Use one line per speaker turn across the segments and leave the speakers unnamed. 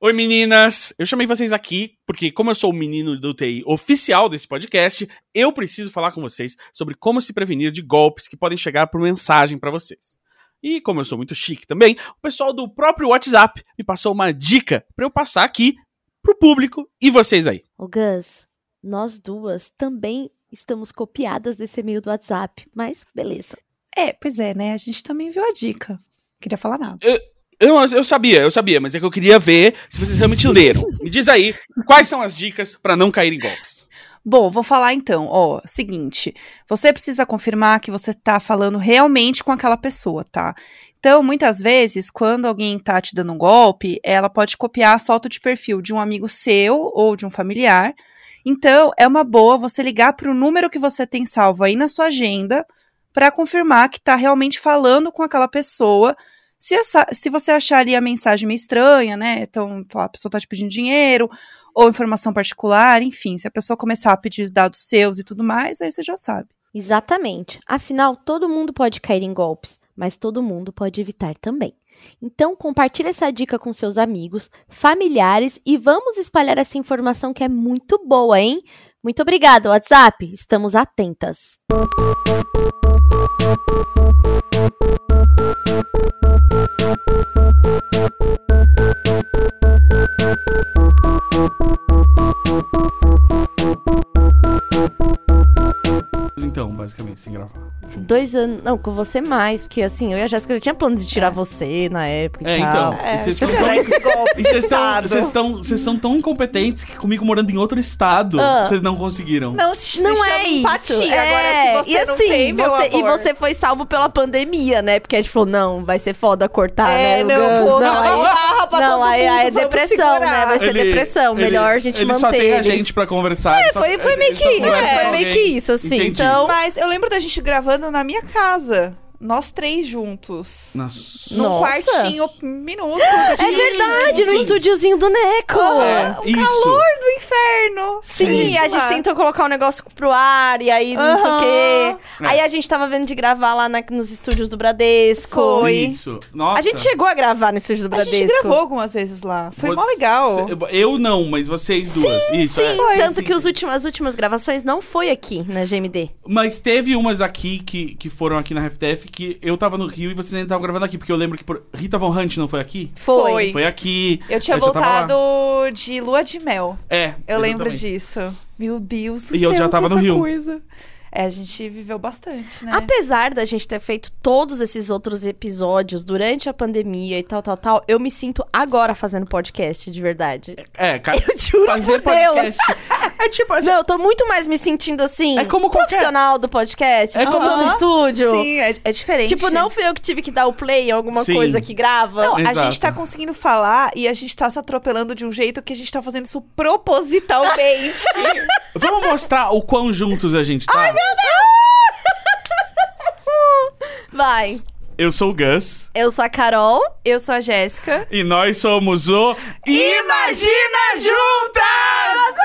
Oi meninas, eu chamei vocês aqui porque como eu sou o menino do TI oficial desse podcast, eu preciso falar com vocês sobre como se prevenir de golpes que podem chegar por mensagem pra vocês. E como eu sou muito chique também, o pessoal do próprio WhatsApp me passou uma dica pra eu passar aqui pro público e vocês aí.
Ô Gus, nós duas também estamos copiadas desse e-mail do WhatsApp, mas beleza.
É, pois é, né? A gente também viu a dica. Não Queria falar nada.
Eu, eu sabia, eu sabia, mas é que eu queria ver se vocês realmente leram. Me diz aí quais são as dicas pra não cair em golpes.
Bom, vou falar então, ó, seguinte, você precisa confirmar que você tá falando realmente com aquela pessoa, tá? Então, muitas vezes, quando alguém tá te dando um golpe, ela pode copiar a foto de perfil de um amigo seu ou de um familiar. Então, é uma boa você ligar pro número que você tem salvo aí na sua agenda para confirmar que tá realmente falando com aquela pessoa. Se, essa- se você achar ali a mensagem meio estranha, né? Então, sei lá, a pessoa tá te pedindo dinheiro, ou informação particular, enfim, se a pessoa começar a pedir os dados seus e tudo mais, aí você já sabe.
Exatamente. Afinal, todo mundo pode cair em golpes, mas todo mundo pode evitar também. Então, compartilhe essa dica com seus amigos, familiares e vamos espalhar essa informação que é muito boa, hein? Muito obrigada, WhatsApp. Estamos atentas.
Então, basicamente, sem gravar.
Dois anos. Não, com você mais, porque assim, eu e a Jéssica já tinha plano de
É.
tirar você na época.
É,
e tal.
então. e vocês são tão-
Será esse golpe
e vocês
de
tão-
Estado?
vocês tão- Vocês são tão incompetentes que comigo morando em outro estado,
Ah.
vocês não conseguiram.
Não, se
Não
chama
é isso.
empatia.
é.
um Agora, se você
e
não
assim,
tem, meu
você- E
amor.
você foi salvo pela pandemia, né? Porque a gente falou, não, vai ser foda cortar,
É,
né?
não,
o Guns,
pô,
não,
não,
aí-
barra pra
não,
todo
aí,
mundo,
aí é
vamos
depressão, né?
segurar.
Vai ser depressão. Melhor a gente
ele
manter
Só tem a
ele. É,
gente pra conversar. ele só-
Foi, foi
ele-
meio
ele
que
só
isso,
conversa
foi
com
meio que
é alguém.
isso, assim.
Entendi.
Então,
Mas eu lembro da gente gravando na minha casa. Nós três juntos.
Nossa.
Num
Nossa.
quartinho minúsculo. É
é verdade, no estúdiozinho do Neco.
Ah,
Isso.
calor do inferno.
Sim, a gente um
lá.
tentou colocar o negócio pro ar e aí não sei o quê.
Aham.
Aí a gente tava vendo de gravar lá na- nos estúdios do Bradesco.
Foi.
Isso. Nossa.
A gente chegou a gravar no estúdio do
A
Bradesco.
gente gravou algumas vezes lá. Foi mó
Você-
legal.
Eu não, mas vocês duas. isso,
Sim,
é.
tanto
Sim,
que os
sim.
últimos, as últimas gravações não foi aqui na GMD.
Mas teve umas aqui que, que foram aqui na RFTF que eu tava no Rio e vocês ainda estavam gravando aqui, porque eu lembro que por- Rita Von Hunt não foi aqui?
Foi.
Foi aqui.
Eu tinha
já tava lá.
voltado de lua de mel.
É.
Eu lembro
exatamente.
disso. Meu Deus do
E
céu,
eu já tava no
quanta
Rio.
coisa. É, a gente viveu bastante,
É.
né?
Apesar da gente ter feito todos esses outros episódios durante a pandemia e tal, tal, tal, eu me sinto agora fazendo podcast de verdade.
É, cara.
Eu juro
Fazer
por Deus.
podcast. É tipo, assim,
Não, eu tô muito mais me sentindo assim,
É como qualquer-
profissional do podcast,
É
é como
como-
tô no
Aham.
estúdio.
Sim, é, é diferente.
Tipo, não fui eu que tive que dar o play em alguma
Sim.
coisa que grava.
Não, a
Exato.
gente tá conseguindo falar e a gente tá se atropelando de um jeito que a gente tá fazendo isso propositalmente.
Vamos mostrar o quão juntos a gente tá? Ai, meu Deus!
Vai.
Eu sou o Gus
Eu sou a Carol.
Eu sou a Jéssica.
e nós somos o Imagina Juntas!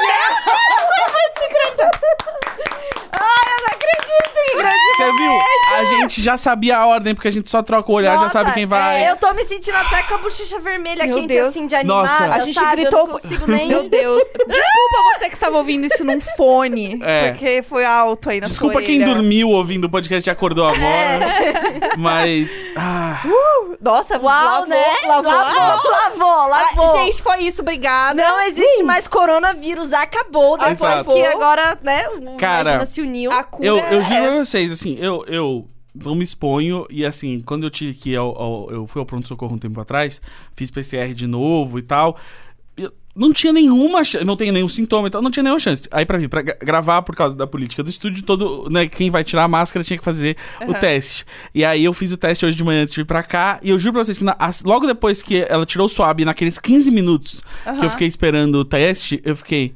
Ai, eu não acredito, Ingrid.
Você viu? A gente já sabia a ordem, porque a gente só troca o olhar, já
Nossa,
sabe quem vai.
é, eu tô me sentindo até com a bochecha vermelha
Meu
quente,
Deus.
assim, de animada,
Nossa.
A gente
sabe?
gritou-
Eu não consigo nem...
Meu Deus. Desculpa você que estava ouvindo isso num fone.
É.
Porque foi alto aí na
Desculpa
sua
quem
orelha.
dormiu ouvindo o podcast e acordou agora.
É.
Mas. ah,
Nossa,
Uau,
lavou,
né?
lavou.
Lavou, lavou,
Ah,
lavou.
gente, foi isso. Obrigada.
não existe mais coronavírus, acabou. Depois
Exato.
que agora, né, o
Cara,
Imagina se uniu.
A cura
eu, eu juro
é
pra
essa.
vocês, assim, eu, eu não me exponho. E assim, quando eu tive que ir ao, ao- eu fui ao pronto-socorro um tempo atrás, fiz PCR de novo e tal. eu Não tinha nenhuma chance, não tenho nenhum sintoma e tal, não tinha nenhuma chance. Aí pra vir, pra gra- gravar por causa da política do estúdio, todo, né, quem vai tirar a máscara tinha que fazer o teste. E aí eu fiz o teste hoje de manhã antes de vir pra cá, e eu juro pra vocês que na- as- logo depois que ela tirou o swab, naqueles 15 minutos que eu
Aham.
fiquei esperando o teste, eu fiquei,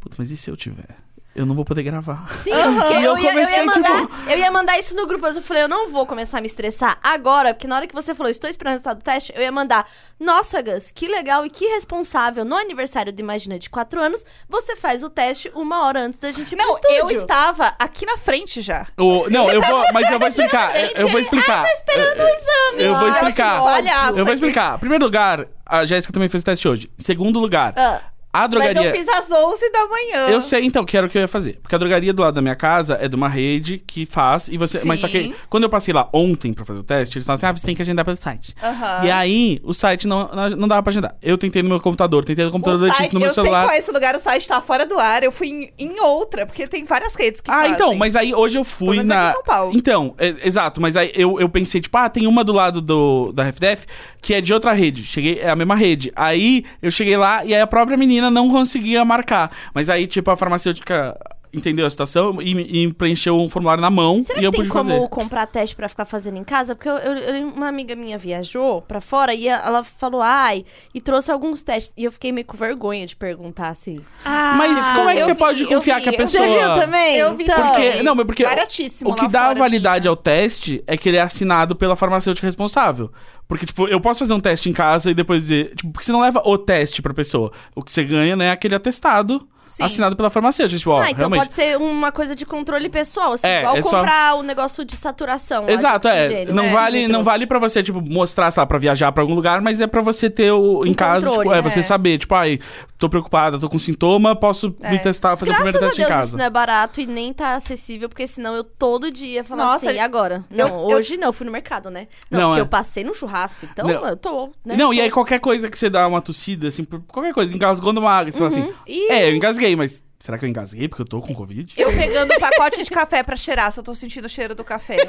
Puta, mas e se eu tiver? eu não vou poder gravar.
Sim, porque
E
eu,
eu
ia, eu, ia
comecei, tipo,
mandar, eu ia mandar isso no grupo, mas eu falei, eu não vou começar a me estressar agora, porque na hora que você falou, estou esperando o resultado do teste, eu ia mandar, nossa, Gus, que legal e que responsável, no aniversário do Imagina de 4 anos, você faz o teste uma hora antes da gente ir pro
Não,
estúdio.
eu estava aqui na frente já.
O- não, eu vou, mas eu vou explicar. eu- Eu vou explicar. tá esperando o exame. Eu vou
Ah,
explicar.
esse palhaço
Eu vou
aqui.
explicar. Primeiro lugar, a Jéssica também fez o teste hoje. Segundo lugar,
Ah.
a
Mas
drogaria.
eu fiz um. às 11 da manhã.
Eu sei, então, que era o que eu ia fazer. Porque a drogaria do lado da minha casa é de uma rede que faz. E você. Mas só que
Sim.
quando eu passei lá ontem pra fazer o teste, eles falaram assim: ah, você tem que agendar pelo site.
Aham.
E aí, o site não, não dava pra agendar. Eu tentei no meu computador, tentei no
O
computador da
site,
Letícia, no meu
eu sei
celular.
qual é esse lugar, o site tá fora do ar. Eu fui em, em outra, porque tem várias redes que
Ah,
fazem.
então, mas aí hoje eu
Pelo
fui
menos aqui
na.
em São Paulo.
Então, é- exato, mas aí eu, eu pensei, tipo, ah, tem uma do lado do, da FDF que é de outra rede. Cheguei, é a mesma rede. Aí eu cheguei lá e aí a própria menina não conseguia marcar. Mas aí, tipo, a farmacêutica entendeu a situação e, me- e preencheu um formulário na mão
Será
e
que
eu
tem
pude
como
fazer.
comprar teste pra ficar fazendo em casa? Porque eu, eu- eu- uma amiga minha viajou pra fora e ela falou, ai, e trouxe alguns testes. E eu fiquei meio com vergonha de perguntar assim.
Ah,
Mas como é que
eu
você
vi,
pode
eu
confiar
vi,
que a
eu
pessoa-
Você viu também?
Eu vi
então,
também.
Porque, não, mas porque
Baratíssimo
o que
lá
dá
fora,
validade
menina.
ao teste é que ele é assinado pela farmacêutica responsável. Porque, tipo, eu posso fazer um teste em casa e depois dizer. Tipo, porque você não leva o teste pra pessoa. O que você ganha, né, é aquele atestado
Sim.
assinado pela farmacêutica. Tipo, ó,
ah, então
realmente.
pode ser uma coisa de controle pessoal, assim,
É,
igual
é só-
comprar o negócio de saturação. lá, de
Exato, é.
oxigênio,
Não,
né?
vale, não vale para você, tipo, mostrar, sei lá, pra viajar pra algum lugar, mas é pra você ter o, em
Um
casa, tipo,
controle,
é, você
é.
saber, tipo, ai, tô preocupada, tô com sintoma, posso me testar, fazer
É. Graças
o primeiro
a
teste em
Deus
casa.
isso não é barato e nem tá acessível, porque senão eu todo dia falo
Nossa,
assim, e agora? Não,
eu-
hoje não, eu fui no mercado, né? Não,
Não,
porque
é.
eu passei no churrasco, então
Não.
eu tô, né?
Não, e aí qualquer coisa que você dá uma tossida, assim, por qualquer coisa, engasgando uma água, você fala
Uhum.
assim,
Ih.
é, eu engasguei, mas será que eu engasguei porque eu tô com Covid?
Eu pegando o pacote de café pra cheirar, se eu tô sentindo o cheiro do café.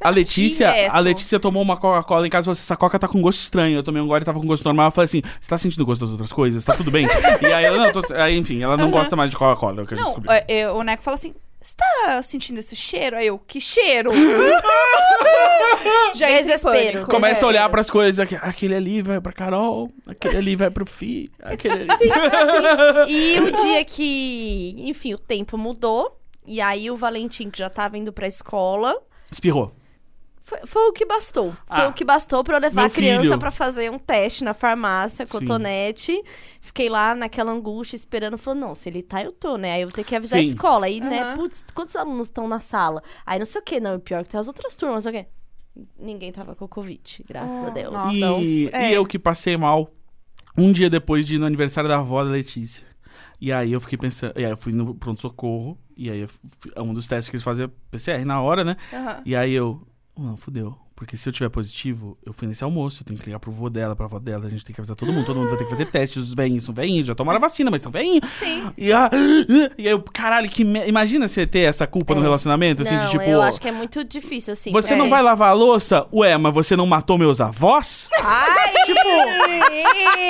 A Letícia,
Direto.
a Letícia tomou uma Coca-Cola em casa e falou assim, essa Coca tá com gosto estranho, eu tomei um gole e tava com gosto normal, eu falei assim, você tá sentindo gosto das outras coisas? Tá tudo bem? e aí ela, não, tô... aí, enfim, ela não gosta mais de Coca-Cola, é o que a gente
Não,
descobriu.
é, é, o Neco fala assim: você tá sentindo esse cheiro? Aí eu, que cheiro? Já entrei em
Desespero.
pânico.
Começa
é,
a olhar
é.
pras coisas, aqui- aquele ali vai pra Carol, aquele ali vai pro Fi, aquele ali...
assim, E o dia que, enfim, o tempo mudou. E aí o Valentim, que já tava indo pra escola,
Espirrou.
foi, foi o que bastou.
Ah.
foi o que bastou pra eu levar
Meu
a criança
filho.
pra fazer um teste na farmácia,
Sim.
cotonete. Fiquei lá naquela angústia, esperando. Falando, não, se ele tá, eu tô, né? Aí eu vou ter que avisar a
Sim.
escola. Aí, né,
Aham.
putz, quantos alunos estão na sala? Aí não sei o quê. Não, e pior que tem as outras turmas, não sei o quê. Ninguém tava com Covid, graças a Deus.
Ah, nossa.
E,
Não.
e
É.
eu que passei mal um dia depois de ir no aniversário da avó da Letícia. E aí eu fiquei pensando. E aí eu fui no pronto-socorro. E aí eu fui- um dos testes que eles faziam é PCR na hora,
Ah.
né?
Aham.
E aí eu. Não, fudeu. Porque se eu tiver positivo, eu fui nesse almoço. Eu tenho que ligar pro vô dela, pra avó dela. A gente tem que avisar todo mundo. Todo mundo vai ter que fazer teste. Os velhinhos são velhinhos, já tomaram a vacina, mas são velhinhos.
Sim.
E, a, e aí eu, caralho, que. me- Imagina você ter essa culpa no
É.
relacionamento, assim,
não,
de tipo.
eu acho que é muito difícil, assim.
Você
pra-
não
É.
vai lavar a louça? Ué, mas você não matou meus avós?
Ai!
Tipo,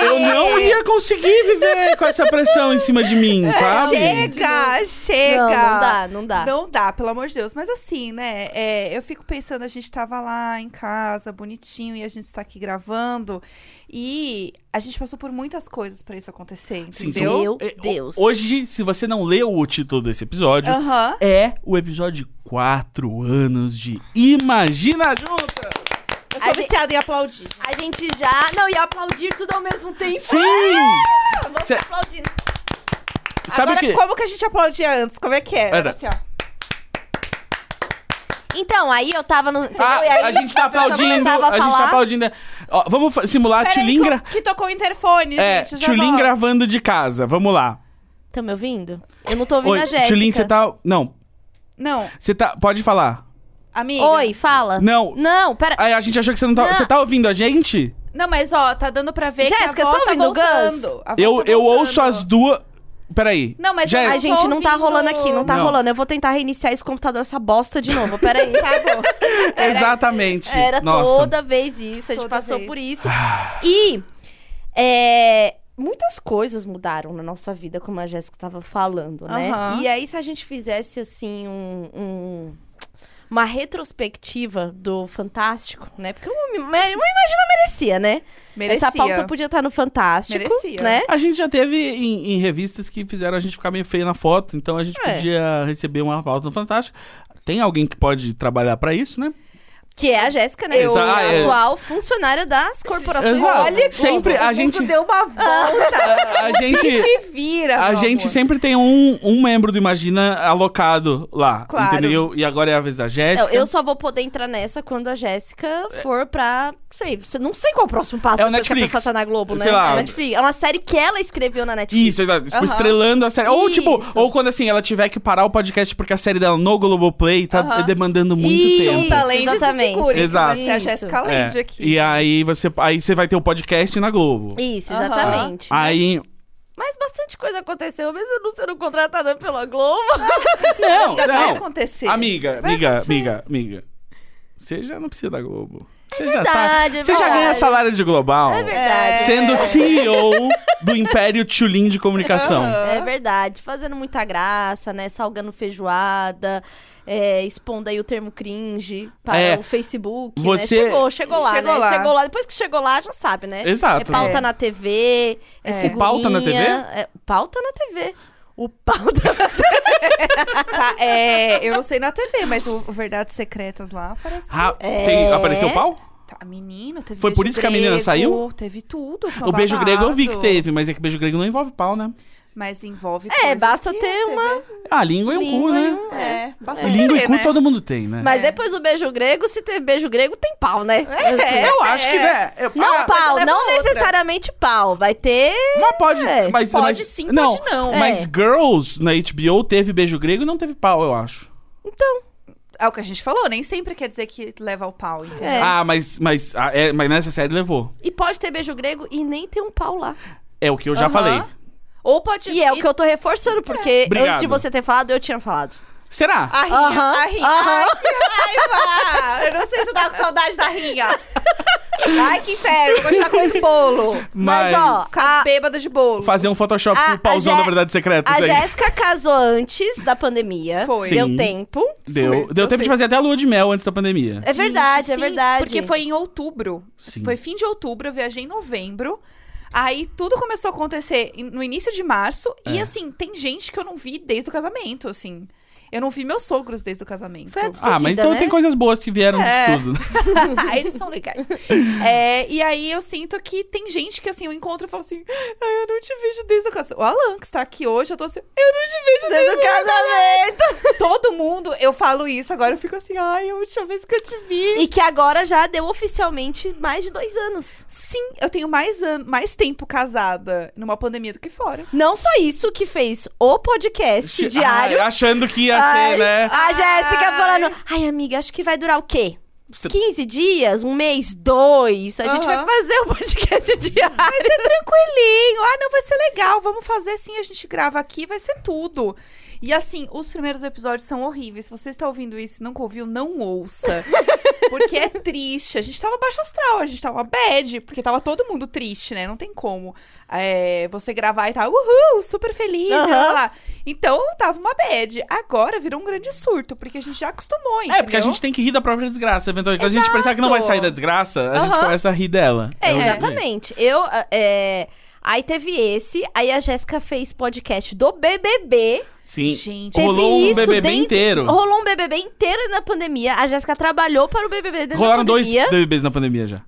Eu não ia conseguir viver com essa pressão em cima de mim, sabe?
Chega, chega.
Não, não dá, não dá.
Não dá, pelo amor de Deus. Mas assim, né? é, eu fico pensando, a gente tava lá em casa, bonitinho, e a gente tá aqui gravando. E a gente passou por muitas coisas pra isso acontecer,
Sim,
entendeu?
são-
Meu
é, o-
Deus.
Hoje, se você não leu o título desse episódio,
Aham.
é o episódio 4 anos de Imagina Junta!
Eu
A
sou
gente-
viciada em aplaudir.
A gente já. Não, e aplaudir tudo ao mesmo tempo.
Sim!
Ah, Vamos
Cê-
aplaudindo.
Sabe o
Agora,
que?
como que a gente aplaudia antes? Como é que era?
Era.
Assim, ó.
Então, aí eu tava no. entendeu?
Ah,
E aí
a gente tá
a pessoa
aplaudindo,
começava
a gente tá aplaudindo. é. Ó, vamos fa- simular
Peraí,
Tilin, gra...
que, que tocou o interfone,
é,
gente. eu já
Tilin
volto.
gravando de casa, vamos lá.
Tão Tá me ouvindo? Eu não tô ouvindo a Jéssica.
Tilin, você tá... Não,
Não,
você tá... Pode falar.
amiga.
Oi, fala.
Não.
Não, pera.
Aí a gente achou que você não tá...
Não.
Você tá ouvindo a gente?
Não, mas ó, tá dando pra ver que
Jéssica,
a
você
voz
tá
tá
ouvindo o Gus?
voltando. A voz
Eu,
tá
eu
voltando.
ouço as duas... Peraí.
Não, mas
Já- é-
eu
a
tô
gente não tá
ouvindo.
rolando aqui, não tá
Não.
rolando. Eu vou tentar reiniciar esse computador, essa bosta de novo. Pera aí.
Tá bom.
Exatamente.
Era
Nossa. Ah.
toda vez isso, a gente
Toda
passou
vez.
por isso. E é, muitas coisas mudaram na nossa vida, como a Jéssica tava falando, né?
Aham.
E aí, se a gente fizesse assim um. um- uma retrospectiva do Fantástico, né? Porque uma imagina merecia, né?
Merecia.
Essa pauta podia estar no Fantástico,
Merecia.
né?
A gente já teve em, em revistas que fizeram a gente ficar meio feio na foto, então a gente
É.
podia receber uma pauta no Fantástico. Tem alguém que pode trabalhar pra isso, né?
Que é a Jéssica, né?
Eu-
a
Ah, é.
atual funcionária das corporações.
Exato.
Olha,
Sempre
Globo,
a
o
gente-
mundo deu uma volta
A, a gente,
e vira.
a
Tá. meu
gente
amor.
sempre tem um, um membro do Imagina alocado lá,
Claro.
entendeu? E agora é a vez da
Não,
Jéssica.
eu só vou poder entrar nessa quando a Jéssica for pra. Sei, você- não sei qual é o próximo passo
É o
depois que a
Netflix.
pessoa tá na Globo, né?
Sei lá.
É, Netflix. é uma série que ela escreveu na Netflix.
Isso, exato. Tipo,
Aham.
estrelando a série. Ou, tipo,
Isso.
ou quando assim, ela tiver que parar o podcast porque a série dela no Globoplay tá
Aham. tá
demandando muito
Isso.
tempo.
Junta a Lendy e se
Exatamente.
segura. que
Exato.
Vai ser a
Isso.
Jéssica
É.
Land aqui.
E aí você, aí você vai ter o podcast na Globo.
Isso,
Aham. né?
exatamente.
Aí.
Mas bastante coisa aconteceu, mesmo eu não sendo contratada pela Globo.
Não,
Vai
não.
acontecer.
Amiga, amiga, amiga, amiga. Você já não precisa da Globo. Você já tá.
verdade, é
Você já
verdade.
ganha salário de global.
É verdade.
Sendo CEO do Império Tchulin de Comunicação.
Aham.
É verdade, fazendo muita graça, né? Salgando feijoada, é, expondo aí o termo cringe para
É.
o Facebook. né?
Você-
Chegou, chegou lá,
Chegou
né?
lá.
Chegou lá. Depois que chegou lá, já sabe, né? É
Exato.
pauta
É.
na TV, é,
É.
figurinha...
Pauta na TV?
é pauta na TV. O pauta...
Tá, é, eu não sei na TV, mas o, o Verdades Secretas lá parece que...
Ra- tem-
É.
apareceu pau?
Tá, menino, teve
Foi por
beijo
isso que a menina
grego,
saiu?
Teve tudo, foi um
O beijo grego eu vi que
babado.
teve, mas é que beijo grego não envolve pau, né?
Mas envolve
É, basta ter
uma...
Ah, língua e um cu,
Língua e
né?
um-
É, basta
E língua e
ter,
cu
né?
todo mundo tem, né?
Mas
É.
depois do beijo grego, se teve beijo grego, tem pau, né?
É,
eu acho que, né? eu-
Não
ah,
pau,
leva
não
é outra.
necessariamente pau. Vai ter...
Mas pode.
É,
mas,
pode
mas-
sim,
não,
pode não.
Mas
É.
Girls na HBO teve beijo grego e não teve pau, eu acho.
então,
É o que a gente falou, nem sempre quer dizer que leva ao pau, entendeu?
É.
Ah, mas, mas, ah, é, mas nessa série levou.
E pode ter beijo grego e nem ter um pau lá.
É o que eu já
Aham.
falei.
Ou pode...
E é o que eu tô reforçando, porque
Obrigado.
antes de você ter falado, eu tinha falado. Ah,
Será?
A rinha,
Aham,
a rinha.
aham.
Ai, que raiva! Eu não sei se eu tava com saudade da rinha. Ai, que inferno, vou estar comendo bolo.
Mas, ó,
Ficar bêbada de bolo.
Fazer um Photoshop
a-
com o pauzão
a
da
Jé-
verdade secreta.
a Jéssica casou antes da pandemia.
Foi.
Deu
Sim.
tempo.
Deu,
Foi,
deu
eu
tempo de
tenho.
fazer até a lua de mel antes da pandemia.
É verdade,
Gente,
é
sim,
verdade.
Porque foi em outubro.
Sim.
Foi fim de outubro, eu viajei em novembro. Aí tudo começou a acontecer em- no início de março. E
É.
assim, tem gente que eu não vi desde o casamento, assim. Eu não vi meus sogros desde o casamento.
Foi a despedida,
Ah, mas então
né?
tem coisas boas que vieram
É.
disso tudo.
Ah, Eles são legais. É, e aí eu sinto que tem gente que assim, eu encontro e falo assim: Ai, eu não te vejo desde o casamento. O Alan, que está aqui hoje, eu tô assim, eu não te vejo desde,
Desde o
o casamento. Todo mundo, eu falo isso, agora eu fico assim, ai, a última vez que eu te vi.
E que agora já deu oficialmente mais de dois anos.
Sim, eu tenho mais, an- mais tempo casada numa pandemia do que fora.
Não só isso que fez o podcast diário.
Ah, achando que ia
Ai,
ser, né?
A Jéssica
Ai.
falando, Ah, ai amiga, acho que vai durar o quê? Uns 15 dias? Um mês? Dois? A gente vai
Aham.
fazer um podcast diário.
Vai ser tranquilinho. Ah, não, vai ser legal. Vamos fazer sim, a gente grava aqui, vai ser tudo. E assim, os primeiros episódios são horríveis. Se você está ouvindo isso e nunca ouviu, não ouça. Porque é triste. A gente tava baixo astral, a gente tava bad, porque tava todo mundo triste, né? Não tem como é, você gravar e tá, uhul, super feliz.
Aham.
lá, lá, lá. Então tava uma bad. Agora virou um grande surto, porque a gente já acostumou, entendeu?
É, porque a gente tem que rir da própria desgraça. Eventualmente, quando a gente pensar que não vai sair da desgraça, a gente
Aham.
começa a rir dela. o
É,
jeito.
exatamente. Eu. ah, é, Aí teve esse, aí a Jéssica fez podcast do BBB.
Sim.
Gente,
Teve
Rolou um
isso
BBB
dentro-
inteiro.
Rolou um BBB inteiro na pandemia. A Jéssica trabalhou para o BBB dentro
Rolaram
da
dois
pandemia.
BBBs na pandemia já.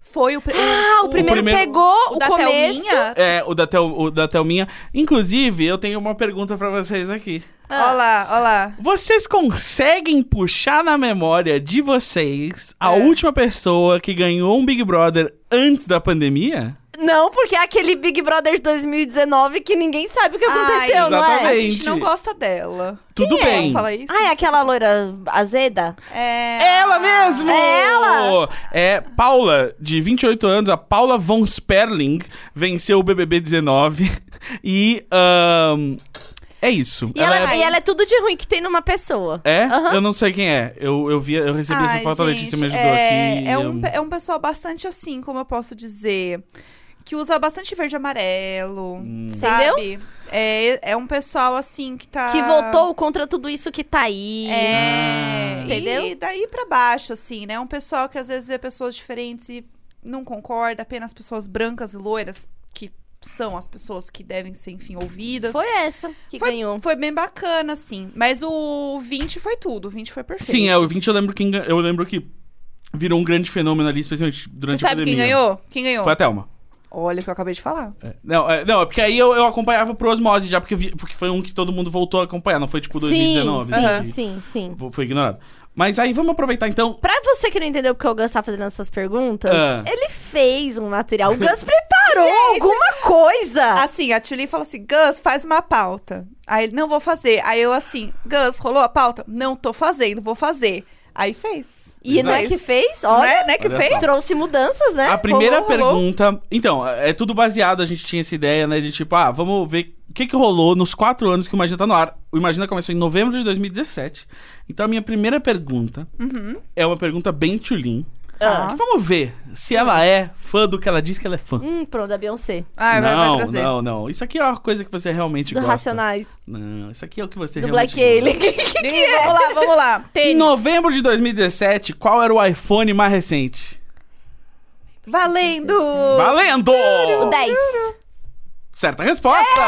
foi o,
Ah, o primeiro,
primeiro-
pegou o,
o da
começo.
Thelminha.
É, o da, Tel, o da Thelminha. Inclusive, eu tenho uma pergunta pra vocês aqui.
é.
Olha lá, olha lá.
Vocês conseguem puxar na memória de vocês a
É.
última pessoa que ganhou um Big Brother antes da pandemia?
Não, porque é aquele Big Brother 2019 que ninguém sabe o que
Ai,
aconteceu, não
A
exatamente.
é?
gente
Gente.
não gosta dela.
Tudo
é?
bem.
Posso falar isso?
Ah, é aquela loira azeda?
É...
Ela mesmo!
É ela!
É Paula, de 28 anos, a Paula von Sperling venceu o BBB 19 e. ahn, é isso.
E ela,
é.
e ela é tudo de ruim que tem numa pessoa.
É?
Aham.
Eu não sei quem é. Eu, eu, vi, eu recebi essa
Ai,
foto, a Letícia me ajudou
é,
aqui.
É
eu-
um, pe- é um pessoal bastante assim, como eu posso dizer, que usa bastante verde e amarelo,
Hum.
sabe? É, é um pessoal assim que tá...
Que voltou contra tudo isso que tá aí.
É,
Ah.
Entendeu?
E daí pra baixo, assim, né? Um pessoal que às vezes vê pessoas diferentes e não concorda, apenas pessoas brancas e loiras, que são as pessoas que devem ser, enfim, ouvidas.
Foi essa que ganhou.
Então, Foi bem bacana, assim. Mas o 20 foi tudo, o 20 foi perfeito.
Sim, é, o 20 eu lembro que, enga- eu lembro que virou um grande fenômeno ali, especialmente durante
Você sabe
a
quem
pandemia.
ganhou? Quem ganhou?
Foi a Thelma.
Olha o que eu acabei de falar.
É. Não, é, não, é porque aí eu, eu acompanhava pro Osmose já, porque, vi- porque foi um que todo mundo voltou a acompanhar, não foi tipo 2019.
sim,
né, que
sim, sim.
Foi ignorado. Mas aí vamos aproveitar então.
Pra você que não entendeu porque o Gus tá fazendo essas perguntas,
Ah.
ele fez um material. O Gus preparou alguma
É.
coisa.
Assim, a Tilly falou assim: Gus, faz uma pauta. Aí ele, não vou fazer. Aí eu assim, Gus, rolou a pauta? Não, tô fazendo, vou fazer. Aí fez.
E não é
Mas-
que fez?
Não
Olha,
é, né, que
Olha
fez?
só.
trouxe mudanças, né?
A primeira
rolou, rolou.
pergunta. Então, é tudo baseado, a gente tinha essa ideia, né? De tipo, ah, vamos ver o que, que rolou nos quatro anos que o Imagina tá no ar. O Imagina começou em novembro de 2017. Então, a minha primeira pergunta
Uhum.
é uma pergunta bem tchulin.
Ah.
Que Vamos ver se ela é fã do que ela diz que ela é fã.
Hum, pronto, da Beyoncé.
Ah, vai, vai
não,
trazer.
não, não. Isso aqui é uma coisa que você realmente
Do
gosta.
Racionais.
Não, isso aqui é o que você
Do
realmente
Black Alien.
Ih, é? Vamos lá, vamos lá.
Em
Tênis.
novembro de 2017, qual era o iPhone mais recente?
Valendo!
Valendo!
O 10.
Certa resposta!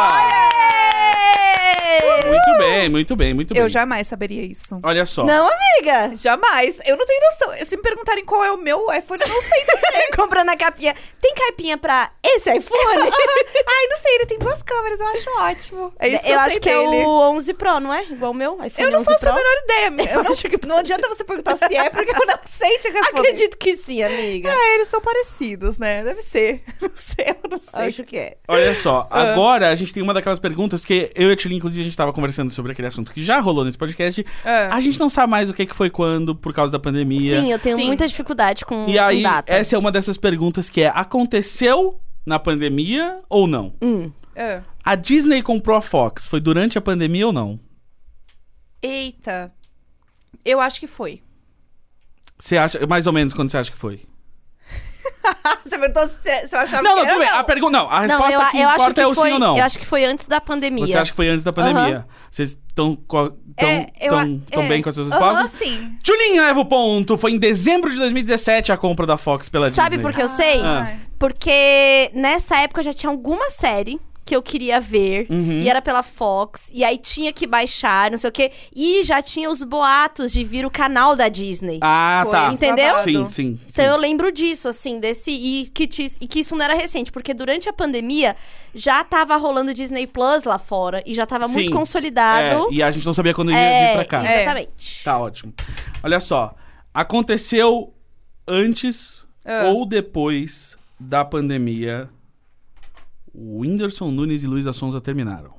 Ei!
Muito bem, muito bem, muito bem.
Eu jamais saberia isso.
Olha só.
Não, amiga.
Jamais. Eu não tenho noção. Se me perguntarem qual é o meu iPhone, eu não sei.
Comprando a capinha. Tem capinha pra esse iPhone?
Ai, não sei. Ele tem duas câmeras. Eu acho ótimo. É isso que
eu
eu,
acho
sei
que
dele.
é o 11 Pro, não é? Igual o meu iPhone
Eu não
11
faço
Pro.
a menor ideia. Eu não, não adianta você perguntar se é, porque eu não sei te responder.
Acredito que sim, amiga.
Ah, eles são parecidos, né? Deve ser. Não sei, eu não sei.
Acho que é.
Olha só, agora a gente tem uma daquelas perguntas que eu e a Tilly, inclusive, a gente tava conversando sobre aquele assunto que já rolou nesse podcast.
Ah.
A gente não sabe mais o que que foi quando por causa da pandemia.
Sim, eu tenho
Sim.
muita dificuldade com,
E
com
aí,
data.
essa é uma dessas perguntas que é: aconteceu na pandemia ou não?
Hum.
Ah.
A Disney comprou a Fox, foi durante a pandemia ou não?
Eita. Eu acho que foi.
Você acha, mais ou menos quando você acha que foi?
você perguntou se, se eu achava
Não,
que
não,
era,
tudo bem. A pergunta, não, a
Não,
resposta
eu,
que
eu acho
importa
que
é o
foi,
sim ou não.
Eu acho que foi antes da pandemia.
Você acha que foi antes da pandemia? Vocês estão tão,
É, eu a-
tão
é.
bem com
Ah,
as suas
Aham,
respostas?
sim.
Tchulin leva o ponto. Foi em dezembro de 2017 a compra da Fox pela
Sabe
Disney.
por que eu sei?
Ah.
Porque nessa época já tinha alguma série que eu queria ver.
Uhum.
E era pela Fox. E aí tinha que baixar, não sei o quê. E já tinha os boatos de vir o canal da Disney.
Ah,
Foi
tá.
esse
Entendeu?
babado.
Sim, sim.
Então
sim.
eu lembro disso, assim, desse. E que, ti- e que isso não era recente, porque durante a pandemia já tava rolando Disney Plus lá fora e já tava
Sim.
muito consolidado.
É, e a gente não sabia quando ia
É,
vir pra cá.
É.
Exatamente.
Tá ótimo. Olha só. Aconteceu antes
Ah.
ou depois da pandemia. O Whindersson Nunes e Luísa Sonza terminaram.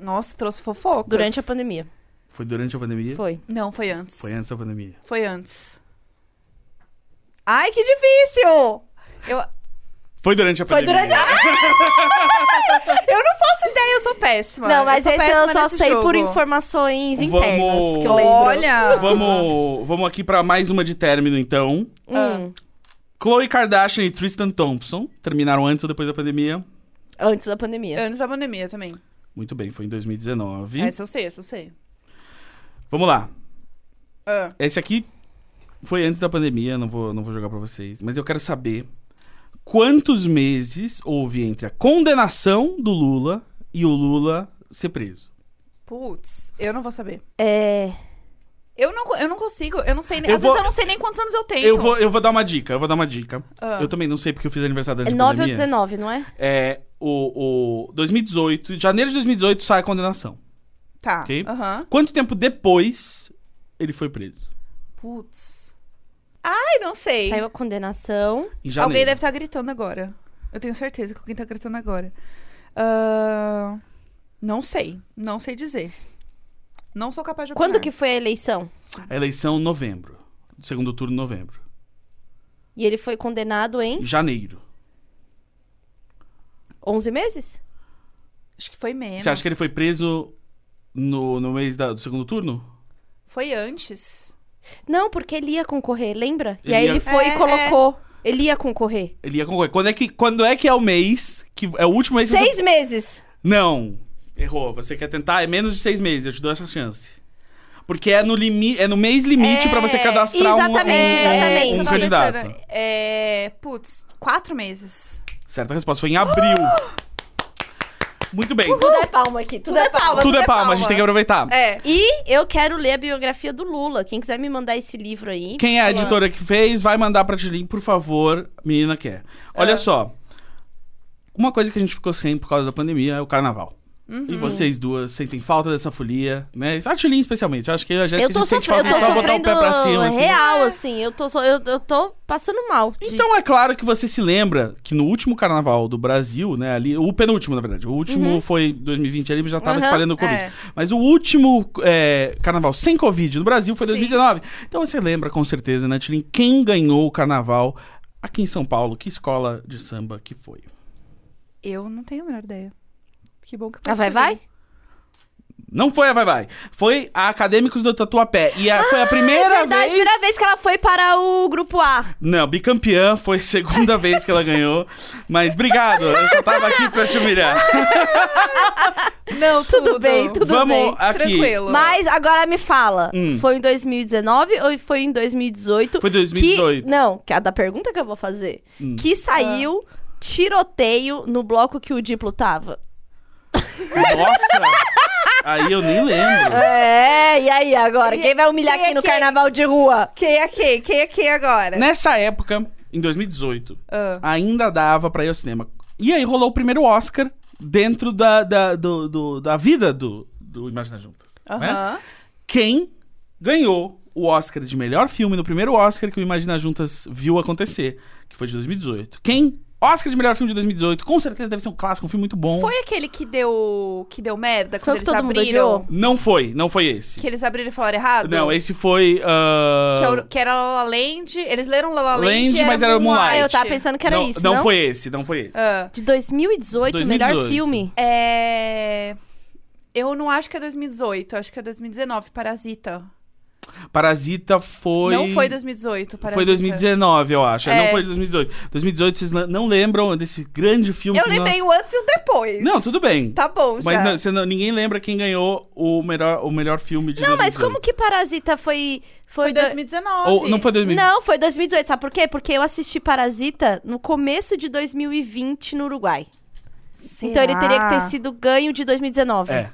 Nossa, trouxe fofocas.
Durante a pandemia.
Foi durante a pandemia?
Foi.
Não, foi antes.
Foi antes da pandemia.
Foi antes. Ai, que difícil! Eu,
Foi durante a
Foi
pandemia.
durante a.
eu não faço ideia, eu sou péssima.
Não, mas
eu sou
esse eu
péssima
só
nesse
sei por
jogo.
informações internas
Vamos-
que eu lembro.
Olha!
Vamos, vamos aqui pra mais uma de término, então.
Ah,
Hum,
Chloe Kardashian e Tristan Thompson terminaram antes ou depois da pandemia?
Antes da pandemia.
Antes da pandemia também.
Muito bem, foi em 2019.
Essa eu sei, essa eu sei.
Vamos lá.
Ah.
Esse aqui foi antes da pandemia, não vou, não vou jogar pra vocês. Mas eu quero saber quantos meses houve entre a condenação do Lula e o Lula ser preso.
Putz, eu não vou saber.
É.
Eu não, eu não consigo, eu não sei nem.
Eu
às
vou-
vezes eu não sei nem quantos anos eu tenho.
Eu vou, eu vou dar uma dica, eu vou dar uma dica.
um. Ah.
Eu também não sei porque eu fiz aniversário
É
antes da
9 ou
pandemia.
19, não é?
É o, o 2018, janeiro de 2018 sai a condenação.
Tá.
Ok.
Aham.
Quanto tempo depois ele foi preso?
Putz. Ai, não sei.
Saiu a condenação.
Em janeiro.
Alguém deve estar gritando agora. Eu tenho certeza que alguém tá gritando agora. Ah, não sei. Não sei dizer. Não sou capaz de opinar.
Quando que foi a eleição?
A eleição em novembro. Segundo turno em novembro.
E ele foi condenado em
Em janeiro.
11 meses?
Acho que foi menos.
Você acha que ele foi preso no, no mês da- do segundo turno?
Foi antes.
Não, porque ele ia concorrer, lembra?
Ele
e aí
ia-
ele foi
É,
e colocou. Ele ia concorrer.
Ele ia concorrer. Quando é que, quando é, que é o mês? Que é o último mês. que você- tá-
Seis meses!
Não. Errou. Você quer tentar? É menos de seis meses. Eu te dou essa chance. Porque é no, limi é no mês limite pra você
É,
cadastrar um-
exatamente,
um,
exatamente,
um
eu tava
candidato.
É, putz, quatro meses.
Certa resposta foi em abril. Muito bem.
Tudo é palma aqui, tudo, é palma.
Tudo é palma, a gente tem que aproveitar.
É.
E eu quero ler a biografia do Lula. Quem quiser me mandar esse livro aí.
Quem é a editora que fez, vai mandar pra Tilin, por favor. Menina quer.
Ah.
Olha só. Uma coisa que a gente ficou sem por causa da pandemia é o carnaval.
Uhum.
E vocês duas sentem falta dessa folia, né? A Tilin especialmente. Eu acho que a Jéssica
Eu
a
tô,
gente sente
sofre... eu
falta
tô
de só botar o
sofrendo
pé pra cima. assim.
real, assim. Eu, tô so- eu, eu tô passando mal. de-
Então é claro que você se lembra que no último carnaval do Brasil, né, ali, o penúltimo, na verdade. O último foi 2020 ali, mas já tava
Uhum,
espalhando o Covid.
é.
Mas o último é, carnaval sem Covid no Brasil foi
Sim.
2019. Então você lembra com certeza, né, Tilin, quem ganhou o carnaval aqui em São Paulo? Que escola de samba que foi?
Eu não tenho a menor ideia. Que bom que eu
Ah, vai, vai?
Não foi a Vai Vai. Foi a Acadêmicos do Tatuapé. E a- foi a primeira
Ah, É Verdade,
vez.
primeira vez que ela foi para o grupo A.
Não, bicampeã foi a segunda vez que ela ganhou. Mas obrigado, eu só tava aqui pra te humilhar.
Não, tudo,
bem, Ah, tudo
Vamos
bem.
aqui.
Tranquilo.
Mas agora me fala,
Hum.
foi em 2019 ou foi em 2018?
Foi 2018.
Que, não, que é a da pergunta que eu vou fazer. Que saiu tiroteio no bloco que o Diplo tava.
Nossa! Aí eu nem lembro.
É, e aí agora?
E-
Quem vai humilhar
quem é
aqui no
quem?
carnaval de rua?
Quem é quem? Quem é quem agora?
Nessa época, em 2018,
Ah.
ainda dava pra ir ao cinema. E aí rolou o primeiro Oscar dentro da, da, do- do- da vida do, do Imagina Juntas. né?
Aham.
Quem ganhou o Oscar de melhor filme no primeiro Oscar que o Imagina Juntas viu acontecer, que foi de 2018. Quem? Oscar de melhor filme de 2018, com certeza deve ser um clássico, um filme muito bom.
Foi aquele que deu que deu merda
Foi o
quando
que
eles
todo mundo
abriram?
odiou?
Não foi, não foi esse.
que eles abriram e falaram errado?
Não, esse foi. ah,
Que, é era- que era La La Land, eles leram La La Land,
Land,
e
mas era
Ah,
Moonlight.
eu tava pensando que era
não,
isso,
não
não?
foi esse, não foi esse.
Ah,
De 2018, o melhor
2018.
filme.
é... Eu não acho que é 2018, acho que é 2019, Parasita.
Parasita foi.
Não foi 2018, Parasita.
Foi 2019, eu acho.
É.
Não foi 2018. 2018, vocês la- não lembram desse grande filme
Eu
que
lembrei
nós...
o antes e o depois.
um Não, tudo bem.
Tá bom, já.
Mas não- você não- ninguém lembra quem ganhou o melhor, o melhor filme de
Não, mas como que Parasita foi...
Foi
Foi, do-
2019.
Ou, não foi 2018.
Não, foi 2018. Sabe por quê? Porque eu assisti Parasita no começo de 2020 no Uruguai. Então ele teria que ter sido ganho de 2019.
É.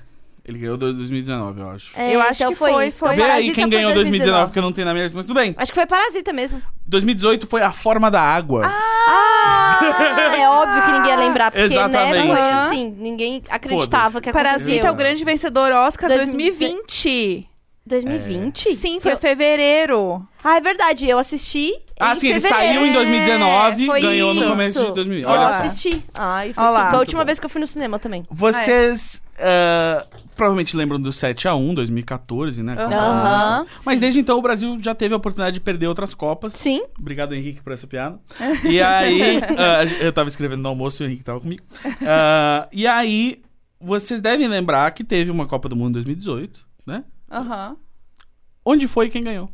Ele ganhou do- 2019, eu acho.
É,
Eu acho
então
que foi,
isso.
foi.
Então,
Vê aí
Parasita
quem
foi
ganhou 2019, porque eu não tenho na minha lista, mas tudo bem.
Acho que foi Parasita mesmo.
2018 foi A Forma da Água.
Ah, é óbvio que ninguém ia lembrar, porque né,
Exatamente.
foi
Aham.
assim, ninguém acreditava que aconteceu.
Parasita é o grande vencedor Oscar
Dois-
2020.
um-
2020?
Sim, foi fevereiro.
Ah, é verdade, eu assisti
Ah,
em
sim, ele
fevereiro.
saiu em 2019,
É, foi
ganhou
Isso.
no começo de 2000.
eu
Olha só.
assisti. Ai, foi,
Olha
tudo.
lá.
foi a
Muito
última
bom.
vez que eu fui no cinema também.
Vocês ah, provavelmente lembram do 7x1, 2014, né? Copa do
Aham.
Mundo. Mas desde então o Brasil já teve a oportunidade de perder outras Copas.
Sim.
Obrigado, Henrique, por essa piada. E aí, ah, eu tava escrevendo no almoço e o Henrique tava comigo. Ah, e aí, vocês devem lembrar que teve uma Copa do Mundo em 2018, né?
Aham.
Onde foi e quem ganhou?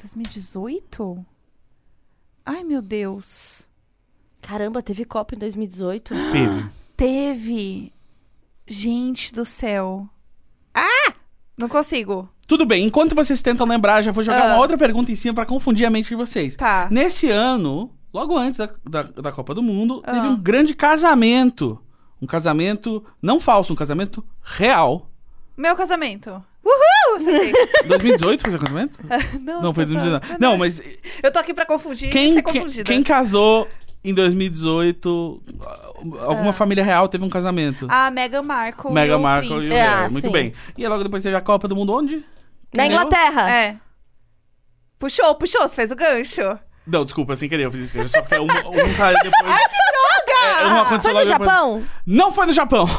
2018? Ai, meu Deus.
Caramba, teve Copa em 2018.
Teve.
Teve. Gente do céu. Ah! Não consigo.
Tudo bem, enquanto vocês tentam lembrar, já vou jogar
Ah.
uma outra pergunta em cima pra confundir a mente de vocês.
Tá.
Nesse ano, logo antes da, da, da Copa do Mundo,
Ah.
teve um grande casamento. Um casamento não falso, um casamento real.
Meu casamento. Uhul! Acertei.
2018 foi o casamento? Não, foi
tô só-
2019. Não, mas
Eu tô aqui pra confundir e
quem,
ser
quem,
confundida.
quem casou em 2018, alguma família real teve um casamento.
A Meghan Markle. e
Meghan
o
Markle e o
Príncipe.
É,
Harry. Muito
sim.
bem. E logo depois teve a Copa do Mundo onde?
Na
Entendeu?
Inglaterra.
É. Puxou, puxou, você fez o gancho.
Não, desculpa, sem querer, eu fiz isso. Só porque um, um tá depois. É, Ai, que droga!
Ah,
Foi no Japão?
Não foi no Japão.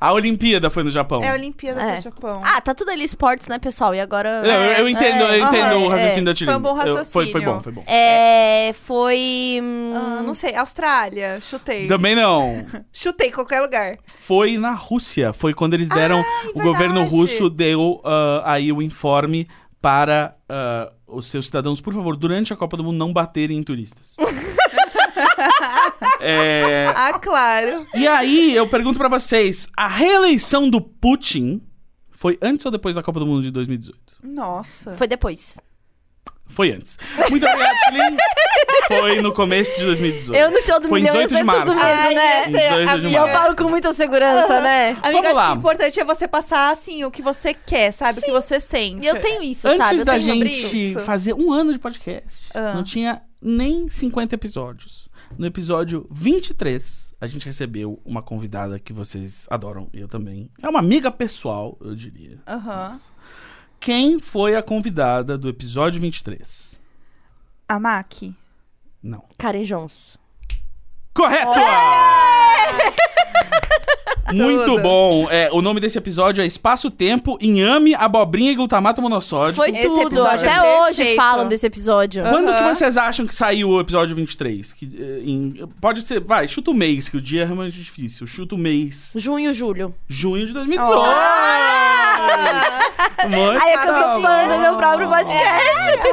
A Olimpíada foi no Japão.
É a Olimpíada
É.
do Japão.
Ah, tá tudo ali esportes, né, pessoal? E agora.
Não, eu, eu entendo,
É,
eu entendo
aham,
o raciocínio
é.
da Tilly.
Foi um bom
Eu- Foi,
raciocínio.
foi bom, foi bom.
É, foi. hum,
Ah, não sei, Austrália, chutei.
Também não.
Chutei qualquer lugar.
Foi na Rússia. Foi quando eles deram. o governo
Ah, é verdade.
russo deu ah, aí o informe para ah, os seus cidadãos, por favor, durante a Copa do Mundo, não baterem em turistas. É,
Ah, claro.
e aí eu pergunto pra vocês: a reeleição do Putin Foi antes ou depois da Copa do Mundo de 2018?
Nossa.
Foi depois.
Foi antes. Muito obrigado, Tilly. Foi no começo de 2018.
Eu no show do
Foi em
milhão
18 de
eu sei tudo
março.
mesmo,
é
né?
Em 18 de
E eu
março.
falo com muita segurança, né?
Amiga,
um Vamos
acho
lá.
que o importante é você passar, assim, o que você quer, sabe? O que você sente.
E eu tenho isso,
Antes
sabe? Eu
da
tenho sobre
gente
isso.
fazer um ano de podcast,
Ah.
não tinha nem 50 episódios. No episódio 23, a gente recebeu uma convidada que vocês adoram, eu também. É uma amiga pessoal, eu diria.
Aham.
Quem foi a convidada do episódio 23?
A Maki.
Não.
Karen Jones.
Correto!
É!
Muito
Tudo.
bom. É, o nome desse episódio é Espaço Tempo, Inhame, Abobrinha e Glutamato Monossódio.
Foi
Esse
tudo.
episódio
Até
é
hoje
perfeito.
falam desse episódio.
Quando que
Aham.
vocês acham que saiu o episódio 23? Que, eh, em- pode ser, vai, chuta o mês, que o dia é realmente difícil. Chuta o mês,
Junho, julho.
junho de 2018. Muito
Aí é que eu sou
bom.
fã do meu próprio podcast.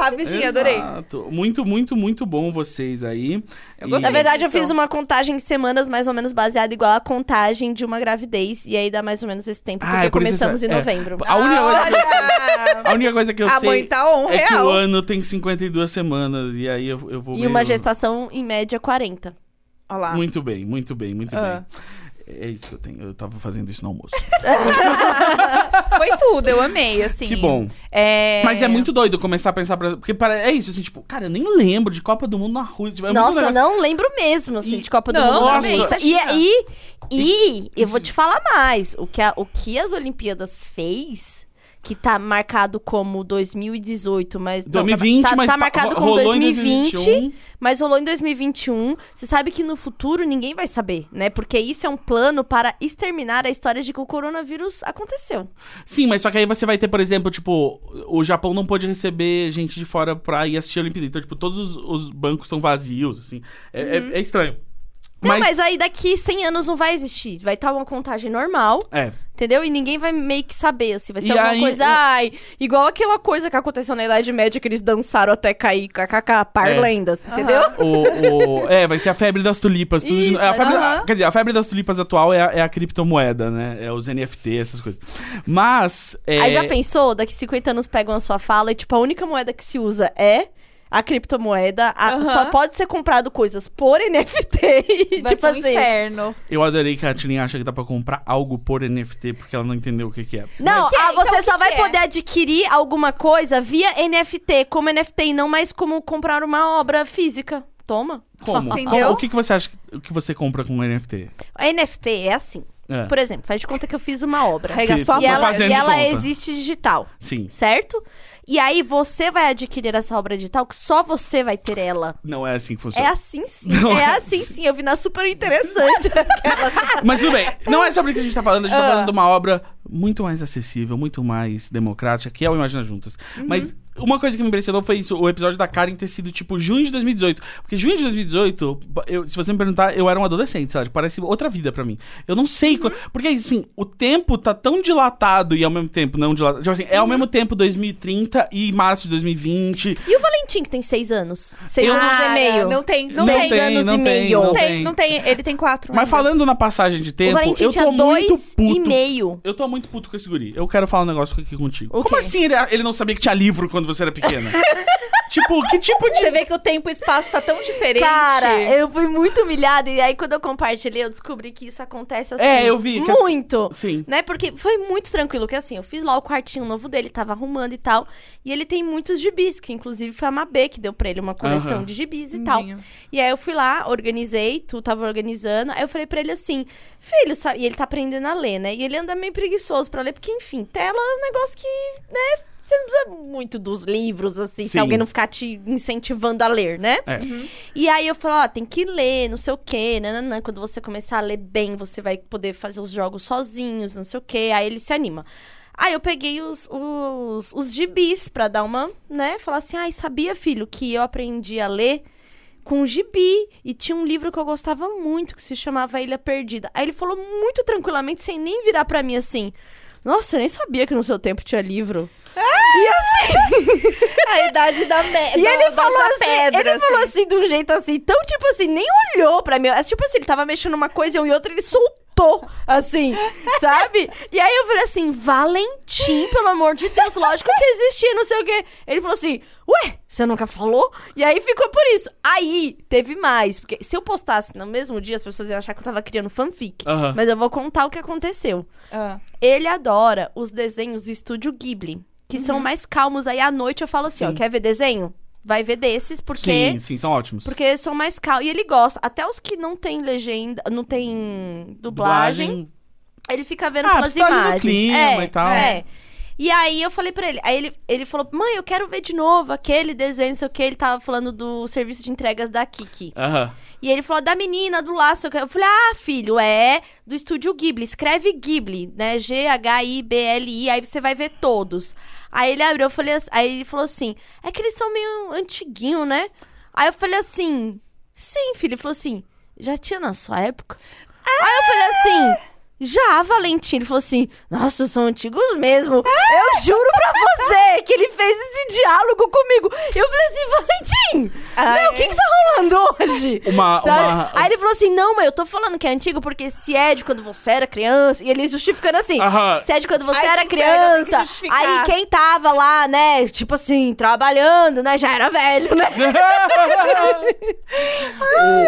Rapidinho, adorei.
Exato. Muito, muito, muito bom vocês aí. Eu
gostei.
Na verdade, eu
Isso.
fiz uma contagem de semanas mais ou menos baseada igual a contagem de uma gravidez. E aí dá mais ou menos esse tempo,
Ah,
porque
é por isso
começamos
que-
em
é.
novembro.
A única, coisa,
Olha!
a única coisa que eu
A
Ah,
sei
mãe tá
um
on,
é que o
real.
ano tem 52 semanas. E aí eu, eu vou
E uma
meio-
gestação, em média, 40.
Olha lá.
Muito bem, muito bem, muito
Ah.
bem. É isso que eu tenho. Eu tava fazendo isso no almoço.
Foi tudo, eu amei, assim.
Que bom.
É...
Mas é muito doido começar a pensar. Pra... Porque para... é isso, assim, tipo, cara, eu nem lembro de Copa do Mundo na rua. Tipo, é muito
Nossa,
negócio-
não lembro mesmo, assim,
E-
de Copa do
Não,
Mundo.
também,
Nossa.
isso é
E,
China.
e, e, eu vou te falar mais. O que, a- o que as Olimpíadas fez, que tá marcado como 2018, mas... não, tá-
2020,
tá,
mas
tá
pa-
marcado
ro-
como
rolou em
2020,
2021.
mas rolou em 2021. Você sabe que no futuro ninguém vai saber, né? Porque isso é um plano para exterminar a história de que o coronavírus aconteceu.
Sim, mas só que aí você vai ter, por exemplo, tipo, o Japão não pôde receber gente de fora pra ir assistir a Olimpíada. Então, tipo, todos os, os bancos estão vazios, assim. É, é- é estranho.
Uhum. Não, mas aí daqui 100 anos não vai existir. Vai estar uma contagem normal,
É.
Entendeu? E ninguém vai meio que saber, assim. Vai ser
E
alguma
aí-
coisa. Ai, igual aquela coisa que aconteceu na Idade Média que eles dançaram até cair, kkk, par
É.
lendas, entendeu?
O, o- é, vai ser a febre das tulipas. Tudo de-
Isso,
é a febre-
aham.
Quer dizer, a febre das tulipas atual é a, é a criptomoeda, né? É os NFT, essas coisas. Mas. é,
Aí já pensou? Daqui 50 anos pegam a sua fala e, tipo, a única moeda que se usa é. A criptomoeda a-
Aham.
só pode ser comprado coisas por NFT. e,
Vai
tipo
ser um
assim.
inferno.
Eu adorei que a Tilin acha que dá pra comprar algo por NFT porque ela não entendeu o que, que é.
Não,
Mas-
ah,
Que é? Então,
você
o que
só
que
vai
é?
poder adquirir alguma coisa via NFT, como NFT, e não mais como comprar uma obra física. Toma.
Como?
Entendeu?
Como- o que, que você acha que, o que você compra com NFT?
A NFT é assim.
É.
Por exemplo, faz de conta que eu fiz uma obra.
Arrega
Sim,
só
E
Tô
ela,
fazendo
e ela
conta.
existe digital,
Sim.
certo? E aí você vai adquirir essa obra digital que só você vai ter ela.
Não é assim que funciona.
É assim sim,
Não
é
é
assim sim. Eu vi na super interessante.
Mas tudo bem, não é sobre o que a gente tá falando, a
Ah.
gente tá falando de uma obra muito mais acessível, muito mais democrática, que é o Imagina Juntas.
Uhum.
Mas uma coisa que me impressionou foi isso, o episódio da Karen ter sido tipo junho de 2018. Porque junho de 2018, eu- se você me perguntar, eu era um adolescente, sabe? Parece outra vida pra mim. Eu não sei.
Uhum.
quan- Porque assim, o tempo tá tão dilatado e ao mesmo tempo não dilatado. Tipo assim,
Uhum.
é ao mesmo tempo 2030 e março de 2020.
e o Valentim, que tem seis anos? Seis anos e
Ah,
meio.
Não tem, não
Seis
tem.
anos e meio.
Não tem, não tem. Ele tem quatro.
Mas
ainda.
falando na passagem de
o
tempo,
Valentim
eu
tinha
tô muito
dois
puto
e meio.
Eu tô muito puto com esse guri. Eu quero falar um negócio aqui contigo.
O
Como
quê?
assim ele, ele não sabia que tinha livro quando você era pequena? tipo, que tipo de.
Você vê que o tempo e o espaço tá tão diferente.
Cara, eu fui muito humilhada. E aí, quando eu compartilhei, eu descobri que isso acontece assim.
É, eu vi que as-
Muito.
Sim.
Né? Porque foi muito tranquilo, que assim, eu fiz lá o quartinho novo dele, tava arrumando e tal. E ele tem muitos gibis, que inclusive foi a Mabê que deu pra ele uma coleção
Aham.
de gibis e tal.
Lindinho.
E aí eu fui lá, organizei, tu tava organizando. Aí eu falei pra ele assim, filho, sa- e ele tá aprendendo a ler, né? E ele anda meio preguiçoso pra ler, porque enfim, tela é um negócio que, né? Você não precisa muito dos livros, assim, se
Sim.
alguém não ficar te incentivando a ler, né?
É.
E aí eu falo, ó, tem que ler, não sei o quê, nananã. Quando você começar a ler bem, você vai poder fazer os jogos sozinhos, não sei o quê. Aí ele se anima. Aí eu peguei os, os, os gibis pra dar uma, né? Falar assim, ai, sabia, filho, que eu aprendi a ler com gibi. E tinha um livro que eu gostava muito, que se chamava Ilha Perdida. Aí ele falou muito tranquilamente, sem nem virar pra mim assim... Nossa, eu nem sabia que no seu tempo tinha livro.
A idade É, da merda.
E ele falou assim,
pedra,
ele falou assim de um jeito assim, tão tipo assim, nem olhou pra mim. É tipo assim, ele tava mexendo uma coisa e outra, ele soltou tô, assim, sabe? E aí eu falei assim, Valentim, pelo amor de Deus, lógico que existia, não sei o quê. Ele falou assim, ué, você nunca falou? E aí ficou por isso. Aí teve mais, porque se eu postasse no mesmo dia, as pessoas iam achar que eu tava criando fanfic.
Aham.
Mas eu vou contar o que aconteceu.
Ah.
Ele adora os desenhos do estúdio Ghibli, que são
Uhum.
mais calmos. Aí à noite eu falo assim, ó, quer ver desenho? Vai ver desses, porque...
Sim, sim, são ótimos.
Porque são mais calmos. E ele gosta. Até os que não tem legenda, não tem dublagem, ele fica vendo
Ah,
pelas
porque tá ali no
imagens.
clima
é,
e tal.
é. E aí eu falei pra ele, aí ele, ele falou, mãe, eu quero ver de novo aquele desenho, não sei o que, ele tava falando do serviço de entregas da Kiki.
Aham.
E ele falou da menina, do laço, eu falei, ah, filho, é do estúdio Ghibli, escreve Ghibli, né, G-H-I-B-L-I, aí você vai ver todos. Aí ele abriu, eu falei, ass- aí ele falou assim, é que eles são meio antiguinho, né? Aí eu falei assim, sim, filho, ele falou assim, já tinha na sua época? Aí eu falei assim. Já, Valentim. Ele falou assim: Nossa, são antigos mesmo. Eu juro pra você que ele fez esse diálogo comigo. Eu falei assim: Valentim,
Ah,
meu,
é.
o que que tá rolando hoje?
Uma,
Sabe? Aí
Ah, uma...
ele falou assim: Não, mas eu tô falando que é antigo porque se é de quando você era criança. E ele justificando assim:
Aham.
Se é de quando
Ai,
você era
que inferno, tem que
criança.
justificar.
Aí quem tava lá, né, tipo assim, trabalhando, né, já era velho, né?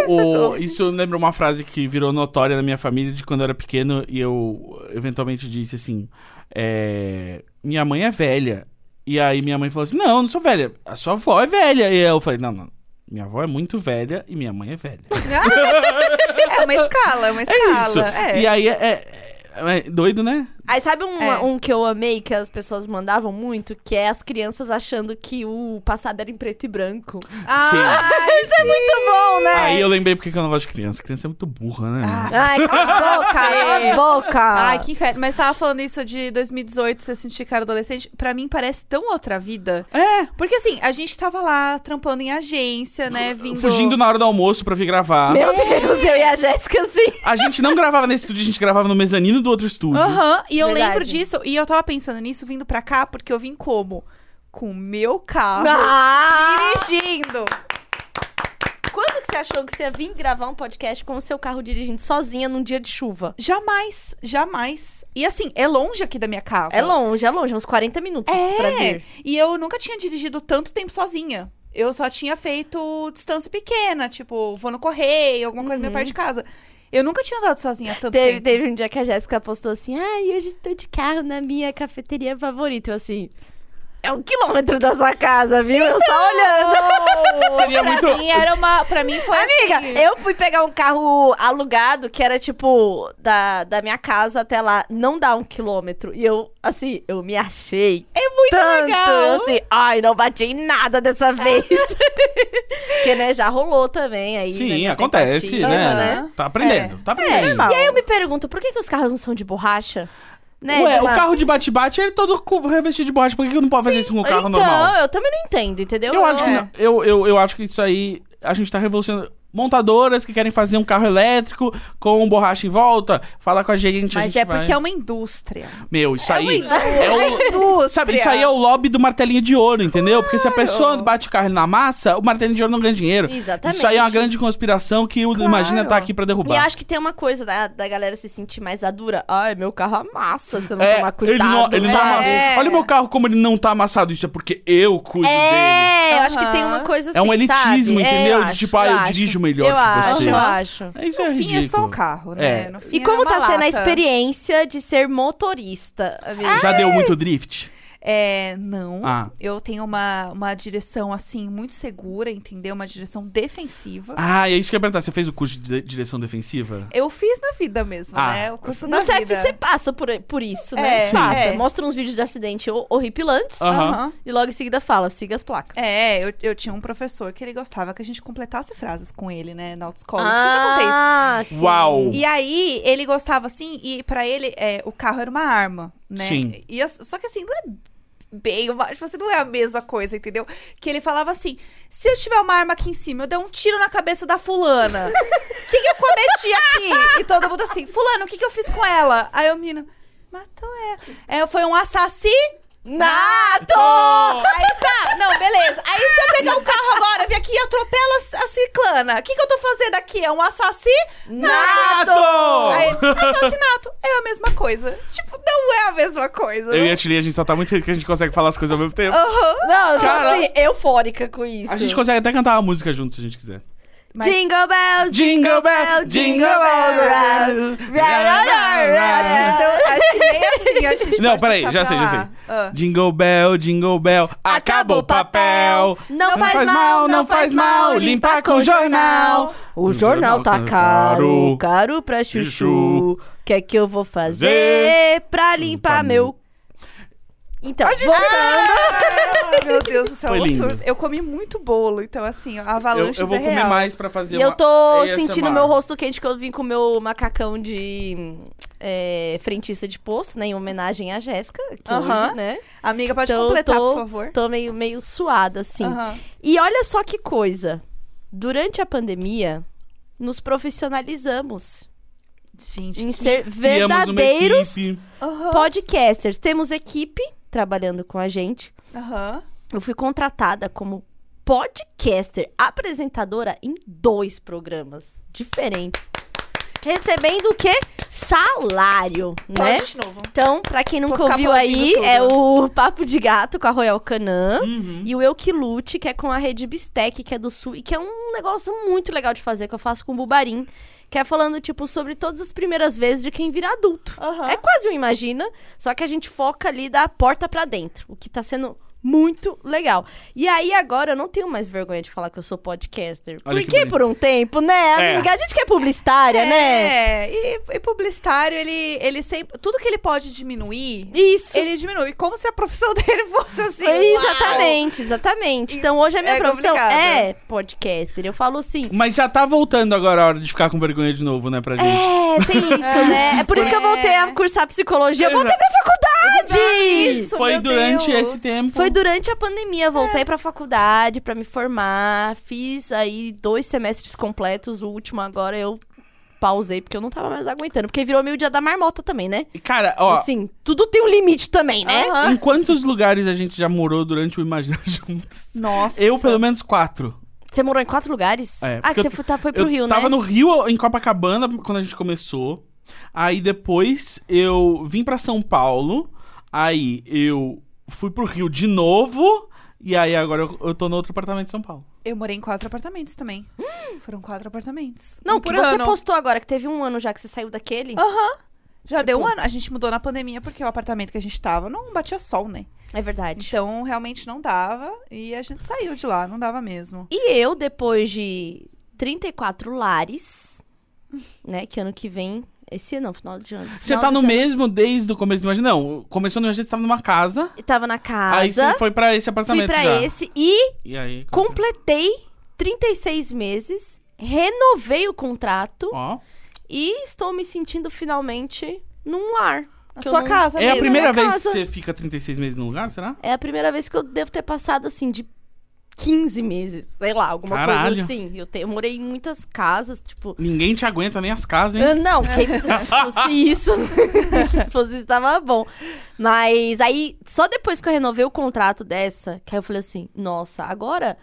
O- o- isso lembra uma frase que virou notória na minha família de quando eu era pequeno e eu eventualmente disse assim: é, Minha mãe é velha. E aí minha mãe falou assim: Não, eu não sou velha. A sua avó é velha. E eu falei: Não, não. Minha avó é muito velha e minha mãe é velha.
É uma escala, é uma escala.
Isso.
É.
E aí é, é- é doido, né?
Aí sabe um,
É.
um que eu amei, que as pessoas mandavam muito, que é as crianças achando que o passado era em preto e branco.
Ah,
Isso é muito bom, né?
Aí eu lembrei porque que eu não gosto de criança. Criança é muito burra, né?
Ah,
Ai, cala a boca, cala a boca.
Ai, que inferno. Mas tava falando isso de 2018, você sentir que era adolescente. Pra mim parece tão outra vida.
É,
Porque assim, a gente tava lá trampando em agência, né? Vindo.
fugindo na hora do almoço pra vir gravar.
Meu Deus, eu e a Jéssica, assim.
A gente não gravava nesse estúdio, a gente gravava no mezanino do outro estúdio.
Aham, e eu
Verdade.
lembro disso. E eu tava pensando nisso vindo pra cá, porque eu vim como? Com o meu carro.
Ah!
Dirigindo.
Quando que você achou que você ia vir gravar um podcast com o seu carro dirigindo sozinha num dia de chuva?
Jamais, jamais. E assim, é longe aqui da minha casa.
É longe, é longe, uns 40 minutos
Tá É.
pra vir.
E eu nunca tinha dirigido tanto tempo sozinha. Eu só tinha feito distância pequena, tipo, vou no correio, alguma coisa meu perto de casa. Eu nunca tinha andado sozinha tanto
Uhum. Teve,
tempo.
teve um dia que a Jéssica postou assim: Ai, hoje estou de carro na minha cafeteria favorita. Eu assim. É um quilômetro da sua casa, viu? Eu só olhando.
Seria muito.
Pra mim é era uma. Pra mim foi.
Amiga,
assim,
eu fui pegar um carro alugado que era tipo da, da minha casa até lá, não dá um quilômetro. E eu, assim, eu me achei. É muito
legal.
Assim, ai, não bati em nada dessa vez. Porque, né, já rolou também aí. né, na
Sim,
minha
acontece,
tentativa,
né?
né? É,
Tá aprendendo, tá aprendendo.
normal.
E aí eu me pergunto, por que, que os carros não são de borracha? Né?
Ué,
de
o
uma-
carro de bate-bate ele é todo co- revestido de borracha. Por que que eu não posso fazer isso com um carro
então,
normal?
eu também não entendo, entendeu?
Eu, acho que não- eu, eu, eu acho que isso aí a gente tá revolucionando. Montadoras que querem fazer um carro elétrico com borracha em volta, fala com a gerente. a
Mas
gente
é porque
vai.
é uma indústria.
Meu, isso
é
aí.
uma
é o-
indústria.
Sabe, isso aí é o lobby do martelinho de ouro, entendeu? Porque se a pessoa bate o carro na massa, o martelinho de ouro não ganha dinheiro.
Exatamente.
Isso aí é uma grande conspiração que o Imagina tá aqui pra
E eu
derrubar.
acho que tem uma coisa da, da galera se sentir mais adura. Ai, meu carro amassa se eu não
É,
tomar
ele
cuidado.
não, ele não
É.
amassa.
É.
Olha o meu carro como ele não tá amassado. Isso é porque eu cuido dele.
É, eu acho que
Aham.
tem uma coisa assim,
É um elitismo,
sabe? É,
entendeu?
eu
De
acho,
tipo, ah, eu
acho.
dirijo melhor
eu
que
acho,
você.
Eu acho,
Isso é
No fim é só
ridículo.
o carro, né?
É.
No fim
E
era
como
uma
tá sendo a
lata.
experiência de ser motorista, amiga?
Já deu muito drift?
É, não.
Ah.
Eu tenho uma, uma direção, assim, muito segura, entendeu? Uma direção defensiva.
Ah, é isso que eu ia perguntar. Você fez o curso de direção defensiva?
Eu fiz na vida mesmo,
Ah.
né? O curso
No
da
CF
vida.
você passa por, por isso,
É,
né?
Sim.
passa.
é.
Mostra uns vídeos de acidente hor- horripilantes
Aham.
Aham.
e logo em seguida fala, siga as placas.
É, eu, eu tinha um professor que ele gostava que a gente completasse frases com ele, né, na autoescola. Acho que eu já contei isso.
Ah,
sim. Uau.
E aí, ele gostava assim, e pra ele, é, o carro era uma arma, né?
Sim.
E as- só que assim, não é bem uma. Tipo assim, não é a mesma coisa, entendeu? Que ele falava assim: se eu tiver uma arma aqui em cima, eu der um tiro na cabeça da fulana. O que, que eu cometi aqui? E todo mundo assim, fulano, o que, que eu fiz com ela? Aí o menino, matou ela. É, foi um assassino.
Nato!
Oh!
Aí tá, não, beleza. Aí se eu pegar o carro agora, vir aqui e atropela a ciclana, o que, que eu tô fazendo aqui? É um assassinato?
Nato!
Aí, assassinato é a mesma coisa. Tipo, não é a mesma coisa.
Eu
não-
e a Tilly, a gente só tá muito feliz que a gente consegue falar as coisas ao mesmo tempo.
Oh, Não, eu tô
Cara-
assim, eufórica com isso.
A gente consegue até cantar uma música junto se a gente quiser.
Mas-
Jingle bells,
Jingle bell, jingle bell.
Acho, que- então, acho que nem assim a gente
Não,
pode
peraí,
deixar
já
pra
sei, já
lá.
sei.
Ah.
Jingle bell, jingle bell, acabou o papel.
Não, faz, mal, não faz mal, limpa com jornal. O jornal tá caro, caro pra chuchu. O que é que eu vou fazer pra limpar meu... Então, voltando...
Ah, meu Deus do céu,
Foi
o
lindo.
surto. Eu comi muito bolo, então assim, a
Eu,
avalanche
eu vou
é
comer
real.
mais pra fazer
E eu
uma
tô
ASMR.
sentindo meu rosto quente que eu vim com o meu macacão de... é, frentista de posto, né? Em homenagem à Jéssica, que
Aham.
hoje, né?
Amiga, pode
Então eu
completar,
tô-
por favor.
Tô meio, meio suada, assim.
Aham.
E olha só que coisa. Durante a pandemia, nos profissionalizamos
Gente,
em ser
Criamos uma
verdadeiros
equipe.
aham,
podcasters. Temos equipe trabalhando com a gente.
aham.
Eu fui contratada como podcaster, apresentadora em dois programas diferentes. Recebendo o quê? Salário, né?
Pode de novo.
Então, pra quem nunca
Vou ficar
ouviu aí,
aplaudindo
é
tudo.
o Papo de Gato com a Royal Canin.
Uhum.
E o Eu Que Lute, que é com a rede Bistec, que é do Sul, e que é um negócio muito legal de fazer, que eu faço com o Bubarim, que é falando, tipo, sobre todas as primeiras vezes de quem vira adulto.
Aham.
É quase um Imagina, só que a gente foca ali da porta pra dentro, o que tá sendo muito legal. E aí, agora, eu não tenho mais vergonha de falar que eu sou podcaster.
Olha que
Porque
bonito.
por um tempo, né,
É.
amiga? A gente que é publicitária, né?
É, e, e publicitário, ele, ele sempre. Tudo que ele pode diminuir,
Isso.
ele diminui. Como se a profissão dele fosse assim.
Exatamente, exatamente. Então hoje a minha
É
profissão
complicado.
é podcaster. Eu falo assim,
Mas já tá voltando agora a hora de ficar com vergonha de novo, né, pra gente.
É, tem isso, né? É por isso que eu voltei a cursar psicologia. Eu
Exato.
voltei pra faculdade!
Isso,
Foi
meu
durante
Deus.
esse tempo.
Foi durante a pandemia, voltei pra faculdade pra me formar. Fiz aí dois semestres completos, o último agora eu pausei porque eu não tava mais aguentando. Porque virou meio dia da marmota também, né?
E, Cara, ó,
Assim, tudo tem um limite também, né?
Aham.
em quantos lugares a gente já morou durante o Imagina Juntos?
Nossa.
Eu, pelo menos, quatro.
Você morou em quatro lugares?
É,
ah,
porque
que você
eu-
foi, tá- foi pro
eu
Rio,
tava
né?
no Rio, em Copacabana, quando a gente começou. Aí depois eu vim pra São Paulo. Aí eu fui pro Rio de novo. E aí agora eu, eu tô no outro apartamento de São Paulo.
Eu morei em quatro apartamentos também. Foram quatro apartamentos.
Hum. Não,
um
que
por
você
ano.
postou agora, que teve um ano já que você saiu daquele.
Já deu
tipo
um ano. A gente mudou na pandemia porque o apartamento que a gente tava não batia sol, né?
É verdade.
Então realmente não dava. E a gente saiu de lá, não dava mesmo.
E eu, depois de 34 lares, né? Que ano que vem. Esse ano, não, final de ano.
Você
final
tá no
desse
mesmo desde o começo do Imagina? Não, começou no Imagina, você tava numa casa.
ano. Tava na
Aí
casa.
você foi pra esse
fui
apartamento
pra
já.
esse e
E aí...
completei 36 meses. Renovei o contrato
é? Ó,
e estou me sentindo finalmente num lar.
Na
que eu
sua
não-
casa
é a
mesmo. né?
primeira
minha
vez que
casa.
você fica 36 meses num lugar, será?
É a primeira vez que eu devo ter passado assim de 15 meses, sei lá, alguma
Caralho.
coisa assim. Eu, te- eu morei em muitas casas, tipo,
Ninguém te aguenta, nem as casas, hein?
Ah, Não, que se fosse isso, se fosse isso, tava bom. Mas aí, só depois que eu renovei o contrato dessa, que aí eu falei assim, nossa, agora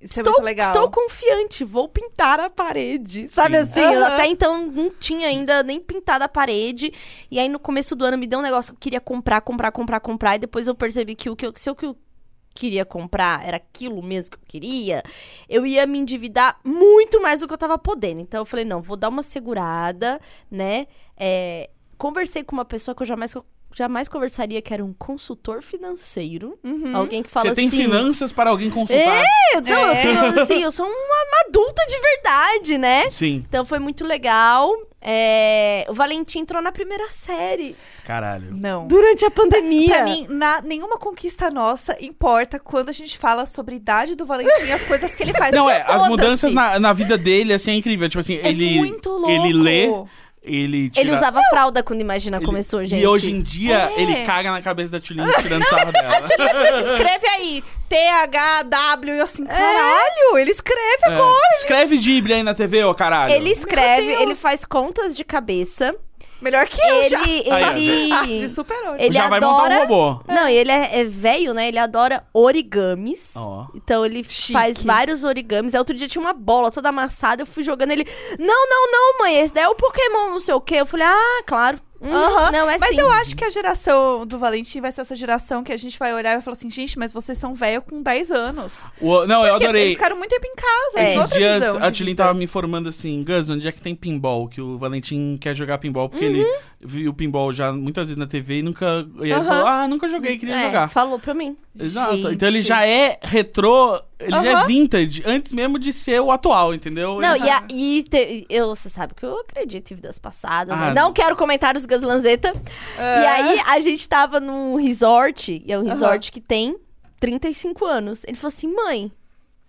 Isso é
estou,
muito legal.
estou confiante, vou pintar a parede. Sabe
Sim.
assim, eu
Aham.
até então não tinha ainda nem pintado a parede. E aí no começo do ano me deu um negócio que eu queria comprar, comprar, comprar, comprar. E depois eu percebi que o que eu, se eu, que eu queria comprar era aquilo mesmo que eu queria, eu ia me endividar muito mais do que eu tava podendo. Então eu falei, não, vou dar uma segurada, né? É, conversei com uma pessoa que eu jamais, jamais conversaria, que era um consultor financeiro.
Uhum.
Alguém que fala
Você tem
assim... "É?"
finanças para alguém consultar.
Eu- não, eu tenho, assim, eu sou uma, uma adulta de verdade, né?
Sim,
Então foi muito legal. É, o Valentim entrou na primeira série
caralho.
Não.
durante a pandemia.
Pra mim, na- nenhuma conquista nossa importa quando a gente fala sobre a idade do Valentim e as coisas que ele faz.
Não,
Porque
é, as
foda-se.
mudanças na, na vida dele, assim, é incrível. Tipo assim,
É
ele.
muito louco.
Ele lê, ele tira.
Ele usava fralda quando Imagina
ele-
começou, gente.
E hoje em dia,
É.
ele caga na cabeça da Tulinha tirando sarro dela.
é
Escreve aí, THW, e eu
É.
assim, caralho, ele escreve
É. Escreve Ghibli aí na TV, ô caralho.
Ele escreve,
Meu Deus.
ele faz contas de cabeça.
Melhor que eu já.
Aí,
Ele,
Ah, me
ele,
superou.
ele
já vai montar um
adora...
robô.
Não, ele é, é velho, né? Ele adora origamis.
Ó.
Então ele
Chique.
faz vários origamis. Aí outro dia tinha uma bola toda amassada, eu fui jogando ele. Não, não, não, mãe, esse daí é o Pokémon, não sei o quê. Eu falei, ah, claro. Hum,
Aham,
Não, é
mas
sim.
eu acho que a geração do Valentim vai ser essa geração que a gente vai olhar e vai falar assim, gente, mas vocês são velho com 10 anos.
O- não, eu
Porque
adorei.
Eles ficaram muito tempo em casa,
É.
eles
Esses
outra
dias
visão
a
de
Tilin
vida.
tava me informando assim, Gus, onde é que tem pinball? Que o Valentim quer jogar pinball, porque ele viu pinball já muitas vezes na TV e nunca. E ele
Uhum. Aham.
falou, ah, nunca joguei, queria
É,
jogar.
Falou pra mim.
Exato.
Gente.
Então ele já é retrô, ele já é
Aham.
vintage, antes mesmo de ser o atual, entendeu?
Não,
Ele
e,
já-
a, e te- eu, você sabe que eu acredito em vidas passadas.
Ah,
né? Não quero comentários Gaslanzeta. E
É.
aí a gente tava num resort, e é um resort que tem 35 anos. Ele falou assim: mãe,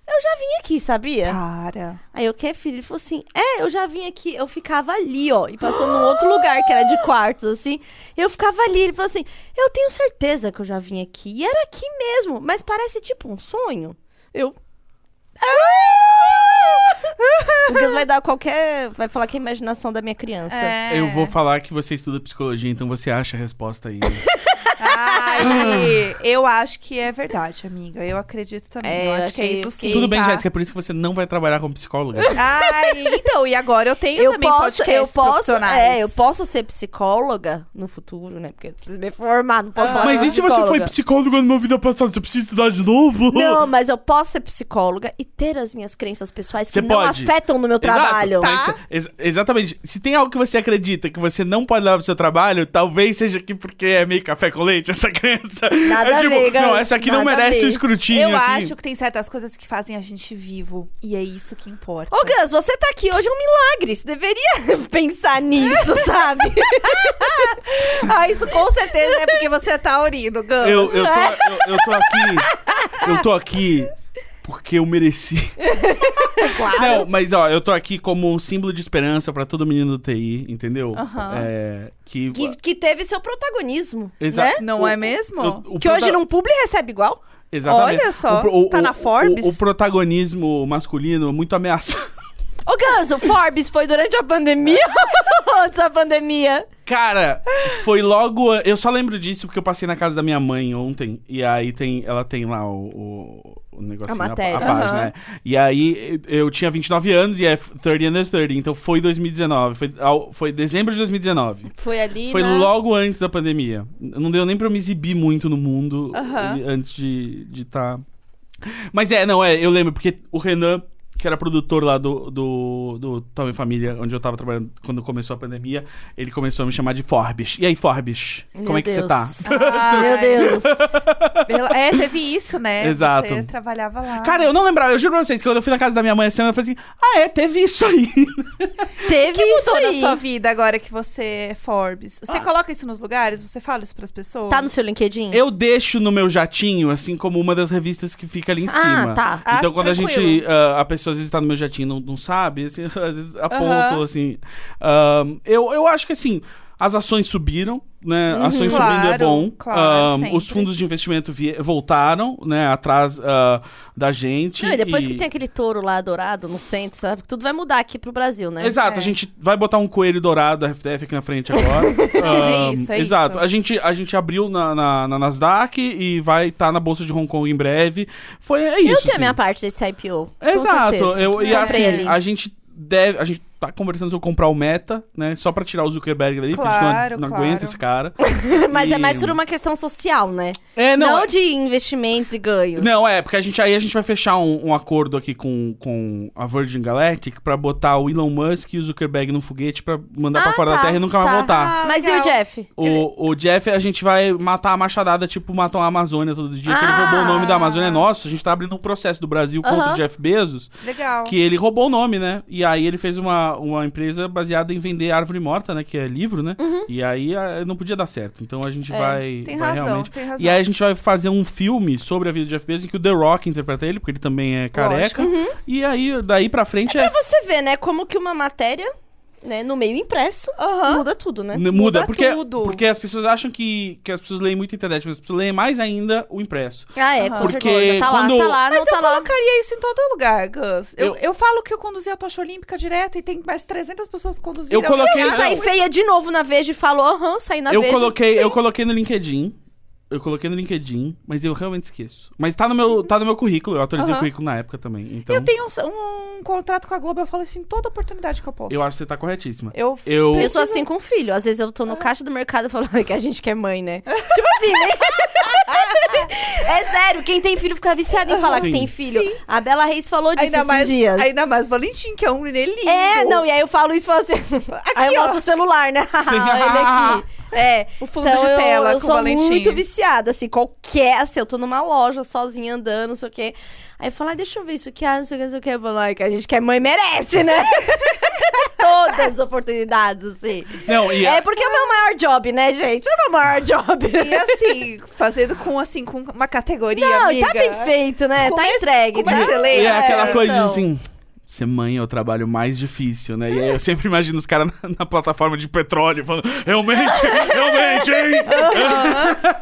eu já vim aqui,
Tá. é
sabia?
Cara.
Aí eu, que filho? Ele falou assim, é, eu já vim aqui, eu ficava ali, ó. E passou num outro lugar, que era de quartos, assim. Eu ficava ali, ele falou assim, eu tenho certeza que eu já vim aqui. E era aqui mesmo, mas parece tipo um sonho. Eu... "Ah!" O Lucas vai dar qualquer... Vai falar que é a imaginação da minha criança.
É.
Eu vou falar que você estuda psicologia, então você acha a resposta aí. Ah.
Ai, eu acho que é verdade, amiga. Eu acredito também.
É,
eu
eu
acho que é
achei
isso
que-
sim.
Tudo bem,
tá?
Jéssica, é por isso que você não vai trabalhar como psicóloga.
Ai, então, e agora eu tenho também podcasts profissionais.
é, eu posso ser psicóloga no futuro, né? Porque Ah. eu preciso me formar, não posso falar
Mas
que eu
e se
sou
você foi
psicóloga.
psicóloga numa vida passada? Você precisa estudar de novo?
Não, mas eu posso ser psicóloga e ter as minhas crenças pessoais
Você
que não
pode.
afetam no meu
Exato, Tá.
trabalho.
mas
Tá.
se- ex- exatamente. Se tem algo que você acredita que você não pode levar pro seu trabalho, talvez seja aqui porque é meio café com leite essa crença.
Nada
é
a
tipo,
ver, Gus,
não, essa aqui não
nada a
merece
ver.
o escrutínio.
Eu
aqui.
acho que tem certas coisas que fazem a gente vivo. E é isso que importa.
Ô, Gus, você tá aqui hoje é um milagre. Você deveria pensar nisso, sabe?
Ah, isso com certeza é porque você é taurino, Gus.
Eu, eu, tô, eu, eu tô aqui. Eu tô aqui porque eu mereci.
Claro.
Não, mas ó, eu tô aqui como um símbolo de esperança pra todo menino do TI, entendeu?
Aham.
É, que,
que, que teve seu protagonismo.
Exa-
né?
Não é mesmo?
o- o
Que
prota-
hoje num publi recebe igual.
Exatamente.
Olha só,
pro-
tá na Forbes?
O, o protagonismo masculino é muito ameaçado.
Ô, Gus, o Forbes foi durante a pandemia ou antes da pandemia?
Cara, foi logo. a- Eu só lembro disso porque eu passei na casa da minha mãe ontem. E aí tem, ela tem lá o, o, o negocinho,
A matéria.
página.
Aham.
né? E aí eu eu tinha 29 anos e é 30 under 30. Então foi 2019. Foi, ao- foi dezembro de 2019.
Foi ali,
Foi
né?
logo antes da pandemia. Não deu nem pra eu me exibir muito no mundo
Aham.
e- antes de estar. De tá... Mas é, não, é, eu lembro, porque o Renan, que era produtor lá do, do, do Tal e Família, onde eu tava trabalhando quando começou a pandemia, ele começou a me chamar de Forbes. E aí, Forbes,
Meu
como é que você
Deus.
tá?
Ai,
Meu Deus.
pela- É, teve isso, né?
Exato.
Você trabalhava lá.
Cara, eu não lembrava, eu juro pra vocês que quando eu fui na casa da minha mãe essa semana, eu falei assim: ah, é, teve isso aí.
teve isso
mudou na
aí.
sua vida agora que você é Forbes?
Ah.
Você coloca isso nos lugares? Você fala isso pras pessoas?
Tá no seu LinkedIn?
Eu deixo no meu jatinho, assim como uma das revistas que fica ali em cima.
tá.
Então,
Ah,
quando a
tranquilo.
gente. ah, a pessoa às vezes tá no meu jatinho e não, não sabe, assim, às vezes aponto,
Aham.
assim. Ahn, eu, eu acho que assim. As ações subiram, né? ações
Uhum. Claro,
subindo é bom.
claro,
Ahn, os
sempre.
fundos de investimento vie- voltaram, né? Atrás ah, da gente.
Não, e depois que tem aquele touro lá dourado no centro, sabe? Tudo vai mudar aqui pro Brasil, né?
Exato,
É.
a gente vai botar um coelho dourado da FTF aqui na frente agora. Ahn,
É isso, é
Exato,
isso.
A, gente, a gente abriu na, na, na Nasdaq e vai estar na Bolsa de Hong Kong em breve. Foi, é isso.
eu tenho
assim.
a minha parte desse IPO. com
Exato.
certeza.
Eu, e
Eu
assim,
comprei ali.
a gente deve. A gente tá conversando sobre comprar o meta, né? Só pra tirar o Zuckerberg dali, porque a gente
Claro,
não, não
claro.
aguenta esse cara.
Mas é mais
E-
por uma questão social, né?
É,
Não,
não. é-
de investimentos e ganhos.
Não, é, porque a gente, aí a gente vai fechar um, um acordo aqui com, com a Virgin Galactic pra botar o Elon Musk e o Zuckerberg num foguete pra mandar pra
Ah,
fora da
tá,
Terra e nunca mais
tá.
voltar.
Ah,
Mas e o
legal.
Jeff?
O, o Jeff, a gente vai matar a machadada, tipo, matam a Amazônia todo dia, que ele
Ah.
roubou o nome da Amazônia. É nosso, a gente tá abrindo um processo do Brasil contra
Aham.
o Jeff Bezos.
Legal.
Que ele roubou o nome, né? E aí ele fez uma, uma empresa baseada em vender árvore morta, né? Que é livro, né? E aí a- não podia dar certo. Então a gente vai,
Uhum. É, Tem
vai
razão,
realmente.
tem razão.
E aí a gente vai fazer um filme sobre a vida de Jeff Bezos em que o The Rock interpreta ele, porque ele
Uhum.
também é careca. E aí, daí pra frente é.
Pra você ver, né? Como que uma matéria né? No meio impresso,
Aham.
muda tudo, né?
Muda,
Muda
porque,
tudo.
porque as pessoas acham que, que as pessoas leem muito a internet, mas as pessoas leem mais ainda o impresso.
Ah, é,
Aham.
com
Porque
certeza. Tá lá,
quando-
tá lá, não
Mas eu
tá lá.
colocaria isso em todo lugar, Gus. Eu,
Eu-
eu... falo que eu conduzi a tocha olímpica direto e tem mais 300 pessoas que conduziram.
Eu coloquei-
Eu saí
Ah,
feia de novo na Veja e falou, aham, saí na
eu
Veja.
coloquei, eu coloquei no LinkedIn. Eu coloquei no LinkedIn, mas eu realmente esqueço. Mas tá no meu, tá no meu currículo, eu atualizei o
Aham.
currículo na época também. Então,
Eu
eu,
tenho um, um contrato com a Globo, eu falo isso em toda oportunidade que eu posso.
acho que você tá corretíssima.
Eu-
Eu,
Eu sou assim com o filho. Às vezes eu tô no caixa do mercado falando que a gente quer mãe, né? tipo assim, né? é sério, quem tem filho fica viciado em falar
Sim.
que tem filho. A Bela Reis falou disso
ainda
esses
mais,
dias.
ainda mais o Valentim, que é um menino lindo.
É, não, e aí eu falo isso e falo assim. aí eu
ó.
mostro o celular, né? Olha aqui. É.
O fundo
então
de
eu-
tela
eu,
com o
sou
Valentim.
muito viciada, assim, qualquer, assim, eu tô numa loja sozinha andando, não sei o quê. Aí eu falo, ai, deixa eu ver isso aqui, ah, não sei o que, não sei o que. Eu falo, ai, que a gente que é mãe merece, né? Todas as oportunidades, assim.
Não, e
É porque é o meu maior job, né, gente? É o meu maior job.
E assim, fazendo com assim, com uma categoria.
Não, e
amiga.
tá bem feito, né?
Como
tá
é-
entregue,
Como
tá?
é que você lê?
E é aquela
É,
coisa
então.
de assim. Ser mãe é o trabalho mais difícil, né? E aí eu sempre imagino os caras na, na plataforma de petróleo falando, realmente, realmente, hein?
É.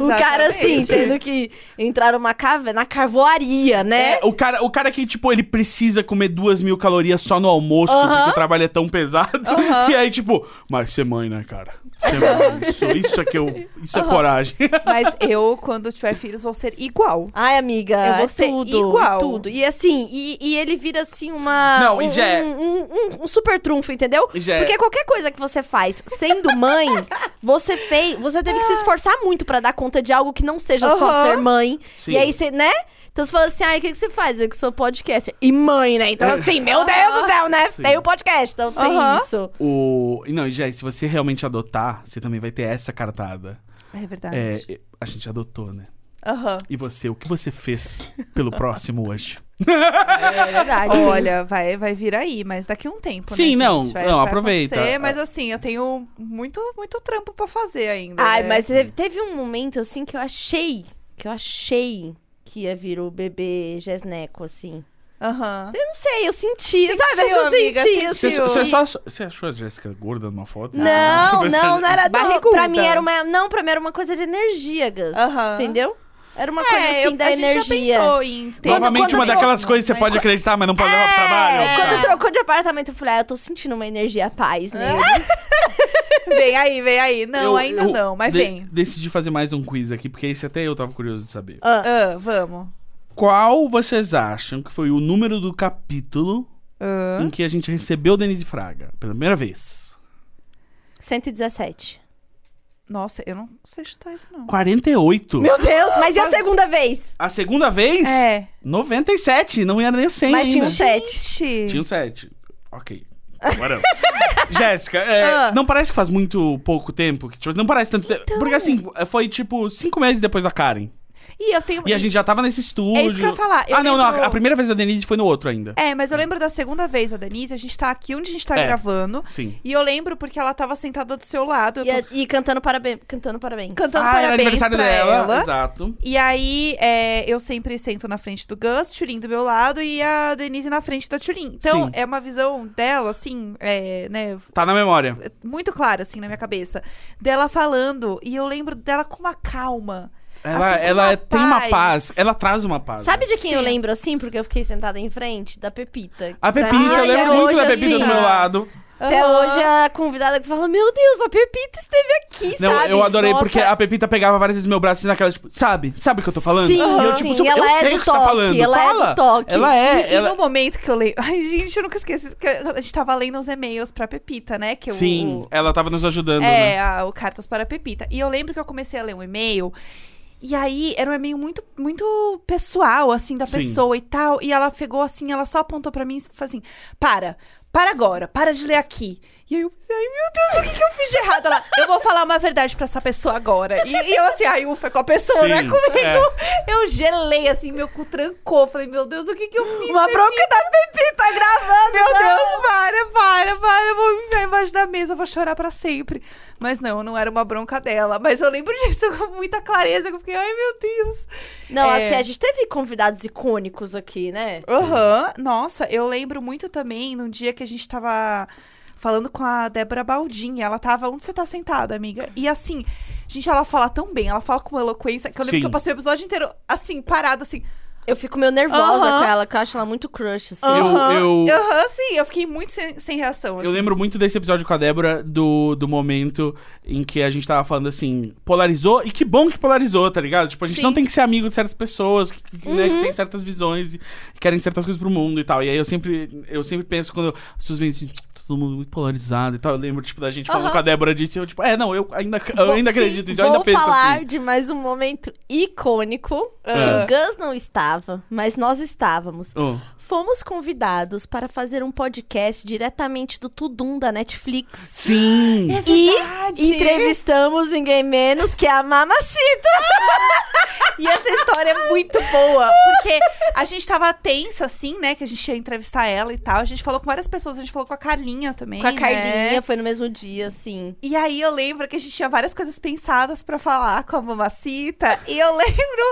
O cara, assim,
Exatamente.
tendo que entrar numa cave... na carvoaria, né?
É, o, cara, o cara que, tipo, ele precisa comer duas mil calorias só no almoço,
Aham.
porque o trabalho é tão pesado. E aí, tipo, mas ser mãe, né, cara? Ser mãe, isso, isso é que eu. Isso é coragem.
Mas eu, quando tiver filhos, vou ser igual.
Ai, amiga,
Eu vou
é
ser
tudo,
igual.
tudo. E assim, e, e ele vira assim uma
Não,
um,
e já é-
um, um- um- um super trunfo, entendeu?
E já é-
Porque qualquer coisa que você faz sendo mãe, você fez, você teve que se esforçar muito pra dar conta de algo que não seja só
Aham.
ser mãe.
Sim.
E aí você, né? Então você fala assim, ai, o que, que você faz? Eu que sou podcaster. E mãe, né? Então assim, meu Deus do céu, né?
É. Sim.
Tem o podcast, então tem
Aham.
isso.
O... e Não, e, Jé, se você realmente adotar, você também vai ter essa cartada.
É verdade.
É, a gente adotou, né?
Aham.
E você, o que você fez pelo próximo hoje?
É verdade.
Olha, vai, vai vir aí, mas daqui a um tempo,
Sim,
né,
não,
gente? Vai-
não,
vai
aproveita.
acontecer, Mas assim, eu tenho muito, muito trampo pra fazer ainda.
Ai,
né?
mas teve, teve um momento assim que eu achei, que eu achei que ia vir o bebê Gesneco, assim.
Aham.
Eu não sei, eu senti, sabe?
Sentiu,
Eu
amiga,
senti, eu
Você,
sentiu.
senti.
você só, você achou a Jéssica gorda numa foto?
Não,
Você-
não, não era não,
Barriguda.
Pra mim era uma. Não, pra mim era uma coisa de energia, Gus.
Aham.
Entendeu? Era uma
É,
coisa assim
eu-
da
a gente
energia.
já pensou em ter...
Novamente,
quando
uma
eu-
daquelas coisas que você pode acreditar, mas não pode levar pro trabalho.
É,
Tá.
quando trocou de apartamento, eu falei, ah, eu tô sentindo uma energia paz né?" nele.
É. Vem aí, vem aí. Não,
Eu-
ainda
eu
não, mas
de-
vem.
Decidi fazer mais um quiz aqui, porque esse até eu tava curioso de saber.
Ah, vamos.
Qual vocês acham que foi o número do capítulo
Ah.
em que a gente recebeu Denise Fraga pela primeira vez?
117.
Nossa, eu não sei chutar isso, não.
48.
Meu Deus, mas e a segunda vez?
A segunda vez?
É.
97. Não era nem o 100
Mas
ainda.
tinha um 7.
Tinha
Gente.
um 7. Ok. Então, Agora. Jéssica, é,
Ah. Então.
não parece que faz muito pouco tempo? que tipo, Não parece tanto tempo. Porque assim, foi tipo cinco meses depois da Karen.
E eu tenho...
E a gente já tava nesse estúdio.
É isso que eu ia falar. Eu
ah, não, não.
lembro-
A primeira vez da Denise foi no outro ainda.
É, mas eu lembro da segunda vez, a Denise, a gente tá aqui onde a gente tá
É.
gravando.
Sim.
E eu lembro porque ela tava sentada do seu lado, eu tô
E, e cantando parabéns. Cantando parabéns.
cantando
ah, era
parabéns
aniversário
pra
dela.
ela.
Exato.
E aí, é, eu sempre sento na frente do Gus, Tulin do meu lado e a Denise na frente da Tulin. Então,
Sim.
é uma visão dela, assim, é, né,
Tá na memória.
muito clara, assim, na minha cabeça. Dela falando, e eu lembro dela com uma calma.
Ela,
Assim, com
ela
uma
tem uma
paz.
paz. Ela traz uma paz.
Sabe de quem eu
Sim.
lembro assim? Porque eu fiquei sentada em frente? Da Pepita.
A
Pra
Pepita,
mim,
eu
até
lembro muito da
hoje,
Pepita
assim,
do meu lado.
Até
Aham.
hoje é assim. a convidada que fala: Meu Deus, a Pepita esteve aqui,
Não,
sabe?
eu adorei
Nossa.
porque a Pepita pegava várias vezes meu braço assim, naquela, tipo, sabe? Sabe o que eu tô falando?
Sim,
e eu, tipo,
sim,
tipo,
ela
eu
é
sei
do
o que você tá
toque,
falando.
ela é do
Fala.
toque.
Ela
E-
é.
e,
ela...
no momento que eu leio. Ai, gente, eu nunca esqueci. Que eu- a gente tava lendo os e-mails pra Pepita, né? Que eu-
Sim, ela tava nos ajudando,
É,
né?
a- o Cartas para a Pepita. E eu lembro que eu comecei a ler um e-mail. E aí, era um e-mail muito, muito pessoal, assim, da
Sim.
pessoa e tal. E ela pegou assim, ela só apontou pra mim e falou assim: para, para agora, para de ler aqui. E aí eu pensei, ai meu Deus, o que, que eu fiz de errado? Ela, eu vou falar uma verdade pra essa pessoa agora. E, e eu assim, ai, ufa, com a pessoa, né?
Sim,
Comigo.
é.
Eu gelei, assim, meu cu trancou. Falei, meu Deus, o que, que eu fiz? tá
Uma bronca da Pepita
né?
gravando.
Meu Deus, para, para, para, eu vou- vai, vai, embaixo da mesa, eu vou chorar pra sempre. Mas não, não era uma bronca dela. Mas eu lembro disso com muita clareza, que eu fiquei, ai meu Deus.
Não,
É.
assim, a gente teve convidados icônicos aqui, né?
Aham, nossa, eu lembro muito também num dia que a gente tava falando com a Débora Baldin. Ela tava, onde você tá sentada, amiga? E assim, gente, ela fala tão bem, ela fala com uma eloquência, que eu lembro
Sim.
que eu passei o episódio inteiro assim, parado, assim.
Eu fico meio nervosa
Aham.
com ela, que eu acho ela muito crush, assim.
Eu-
Aham,
eu-
aham, sim, eu fiquei muito sem, sem reação.
Eu
assim.
lembro muito desse episódio com a Débora, do, do momento em que a gente tava falando assim, polarizou, e que bom que polarizou, tá ligado? Tipo, a gente
Sim.
não tem que ser amigo de certas pessoas, que, que, né,
Uhum.
que tem certas visões e que querem certas coisas pro mundo e tal. E aí eu sempre, eu sempre penso quando as pessoas vêm assim, todo mundo muito polarizado e tal. Eu lembro, tipo, da gente falando
Aham.
com a Débora disso, e eu, tipo, é, não, eu ainda, eu
Vou-
ainda
sim,
acredito, nisso, eu ainda
vou
penso
falar
assim.
de mais um momento icônico.
Ah.
O Gus não estava, mas nós estávamos.
Oh.
Fomos convidados para fazer um podcast diretamente do Tudum da Netflix.
Sim!
E
É Verdade.
entrevistamos ninguém menos que a Mamacita.
E essa história é muito boa, porque a gente tava tensa, assim, né? Que a gente ia entrevistar ela e tal. A gente falou com várias pessoas, a gente falou com a Carlinha também.
Com a
né?
Carlinha, foi no mesmo dia, assim.
E aí eu lembro que a gente tinha várias coisas pensadas pra falar com a mamacita. E eu lembro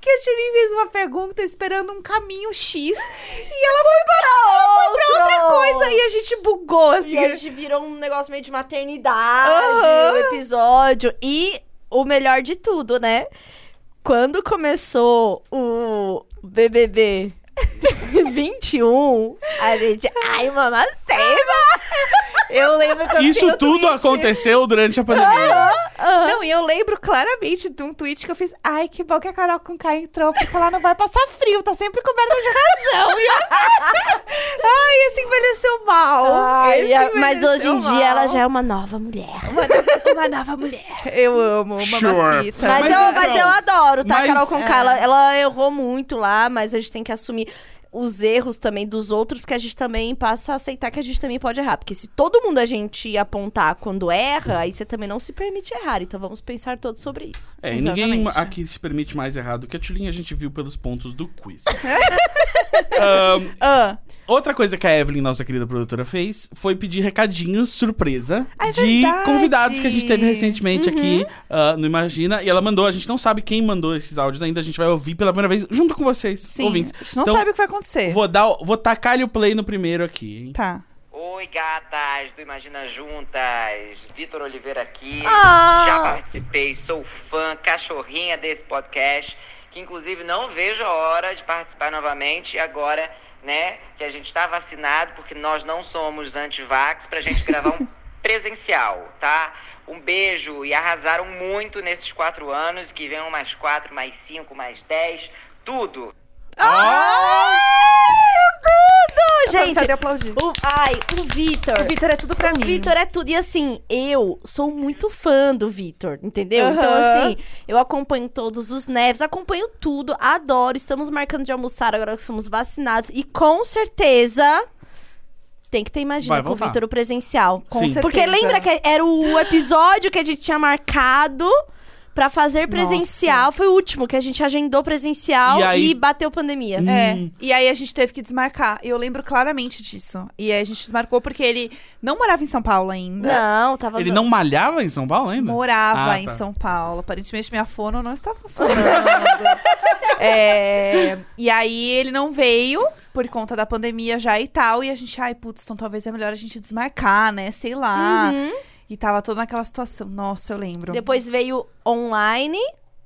que a Julie fez uma pergunta esperando um caminho X. E ela foi para outra, foi pra outra coisa. E a gente bugou, assim.
E a gente virou um negócio meio de maternidade,
Aham.
o episódio. E o melhor de tudo, né? Quando começou o BBB 21, a gente. Ai, mamaceba!
Eu lembro que eu fiquei
Isso
no
tudo
Twitter.
aconteceu durante a
Ah!
pandemia.
Não, e eu lembro claramente de um tweet que eu fiz. Ai, que bom que a Carol com K entrou, porque ela não vai passar frio, tá sempre coberta de razão. E eu assim, Ai, esse envelheceu mal.
Ai,
Esse
a- mas hoje em
envelheceu
dia
mal.
ela já é uma nova mulher.
Uma nova, uma nova mulher. Eu amo,
Sure.
mamacita.
Mas,
Mas
eu,
então-
mas eu adoro, tá?
mas-
Carol Conká,
é.
ela, ela errou muito lá, mas a gente tem que assumir os erros também dos outros, porque a gente também passa a aceitar que a gente também pode errar. Porque se todo mundo a gente apontar quando erra, aí você também não se permite errar. Então vamos pensar todos sobre isso.
É, e ninguém
Exatamente.
aqui se permite mais errado que a Tulinha, a gente viu pelos pontos do quiz. Ahn,
Ah,
Outra coisa que a Evelyn, nossa querida produtora, fez foi pedir recadinhos surpresa
Ah, é
de
verdade. Uhum.
convidados que a gente teve recentemente aqui ah, no Imagina. E ela mandou, a gente não sabe quem mandou esses áudios ainda, a gente vai ouvir pela primeira vez junto com vocês,
sim. É.
ouvintes.
A gente não
Então,
sabe o que vai acontecer.
Vou, dar, vou tacar-lhe o play no primeiro aqui, hein?
Tá.
Oi, gatas do Imagina Juntas. Vitor Oliveira aqui.
Ah!
Já participei, sou fã, cachorrinha desse podcast. Que inclusive não vejo a hora de participar novamente. E agora, né, que a gente está vacinado, porque nós não somos anti-vax, pra gente gravar um presencial, tá? Um beijo e arrasaram muito nesses quatro anos. Que venham mais quatro, mais cinco, mais dez. Tudo!
Ah, Eu tô
Tá
gente,
de aplaudir.
o, ai, o Vitor.
O Vitor é tudo pra mim.
O Vitor é tudo. E assim, eu sou muito fã do Vitor, entendeu? Então,
Aham.
assim, eu acompanho todos os neves, acompanho tudo, adoro. Estamos marcando de almoçar agora que somos vacinados. E com certeza. Tem que ter imagina
Vai
com o
voltar.
Vitor o presencial.
Com
Sim.
certeza.
Porque lembra que era o episódio que a gente tinha marcado pra fazer presencial. Foi o último que a gente agendou presencial
E
e,
aí-
bateu pandemia.
É,
Hum.
e aí a gente teve que desmarcar. Eu lembro claramente disso. E aí a gente desmarcou porque ele não morava em São Paulo ainda.
Não, tava
Ele não malhava em São Paulo ainda?
Morava
Ah,
em
tá.
São Paulo. Aparentemente minha fono não está funcionando. É, e aí ele não veio por conta da pandemia já e tal. E a gente, ai, putz, então talvez é melhor a gente desmarcar, né? Sei lá.
Uhum.
E tava toda naquela situação. Nossa, eu lembro.
Depois veio online,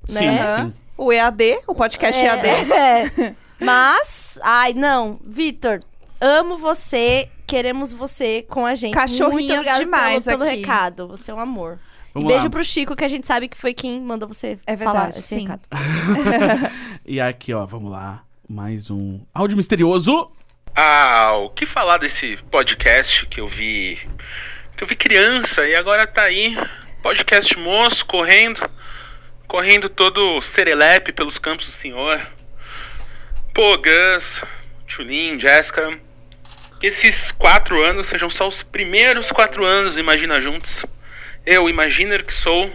Sim,
né?
sim.
O EAD, o podcast EAD.
É. Mas, ai, não, Vitor, amo você, queremos você com a gente. Muito
Cachorrinhas
obrigada
demais
pelo, pelo
aqui.
recado, você é um amor.
Vamos
e beijo
lá.
pro Chico, que a gente sabe que foi quem mandou você
É
falar
verdade,
esse
sim.
recado.
E aqui, ó, vamos lá. Mais um áudio misterioso.
Ah, o que falar desse podcast que eu vi. Que eu vi criança e agora tá aí. Podcast moço, correndo. Correndo todo serelepe pelos campos do senhor. Pô, Gus, Tulin, Jéssica. Que esses quatro anos sejam só os primeiros quatro anos, do imagina juntos. Eu, tá imaginer que sou,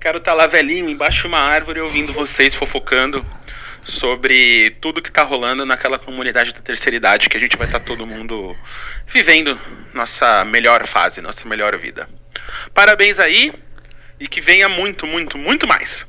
quero estar lá velhinho, embaixo de uma árvore, ouvindo vocês fofocando sobre tudo que tá rolando naquela comunidade da terceira idade, que a gente vai estar todo mundo vivendo nossa melhor fase, nossa melhor vida. Parabéns aí e que venha muito, muito, muito mais.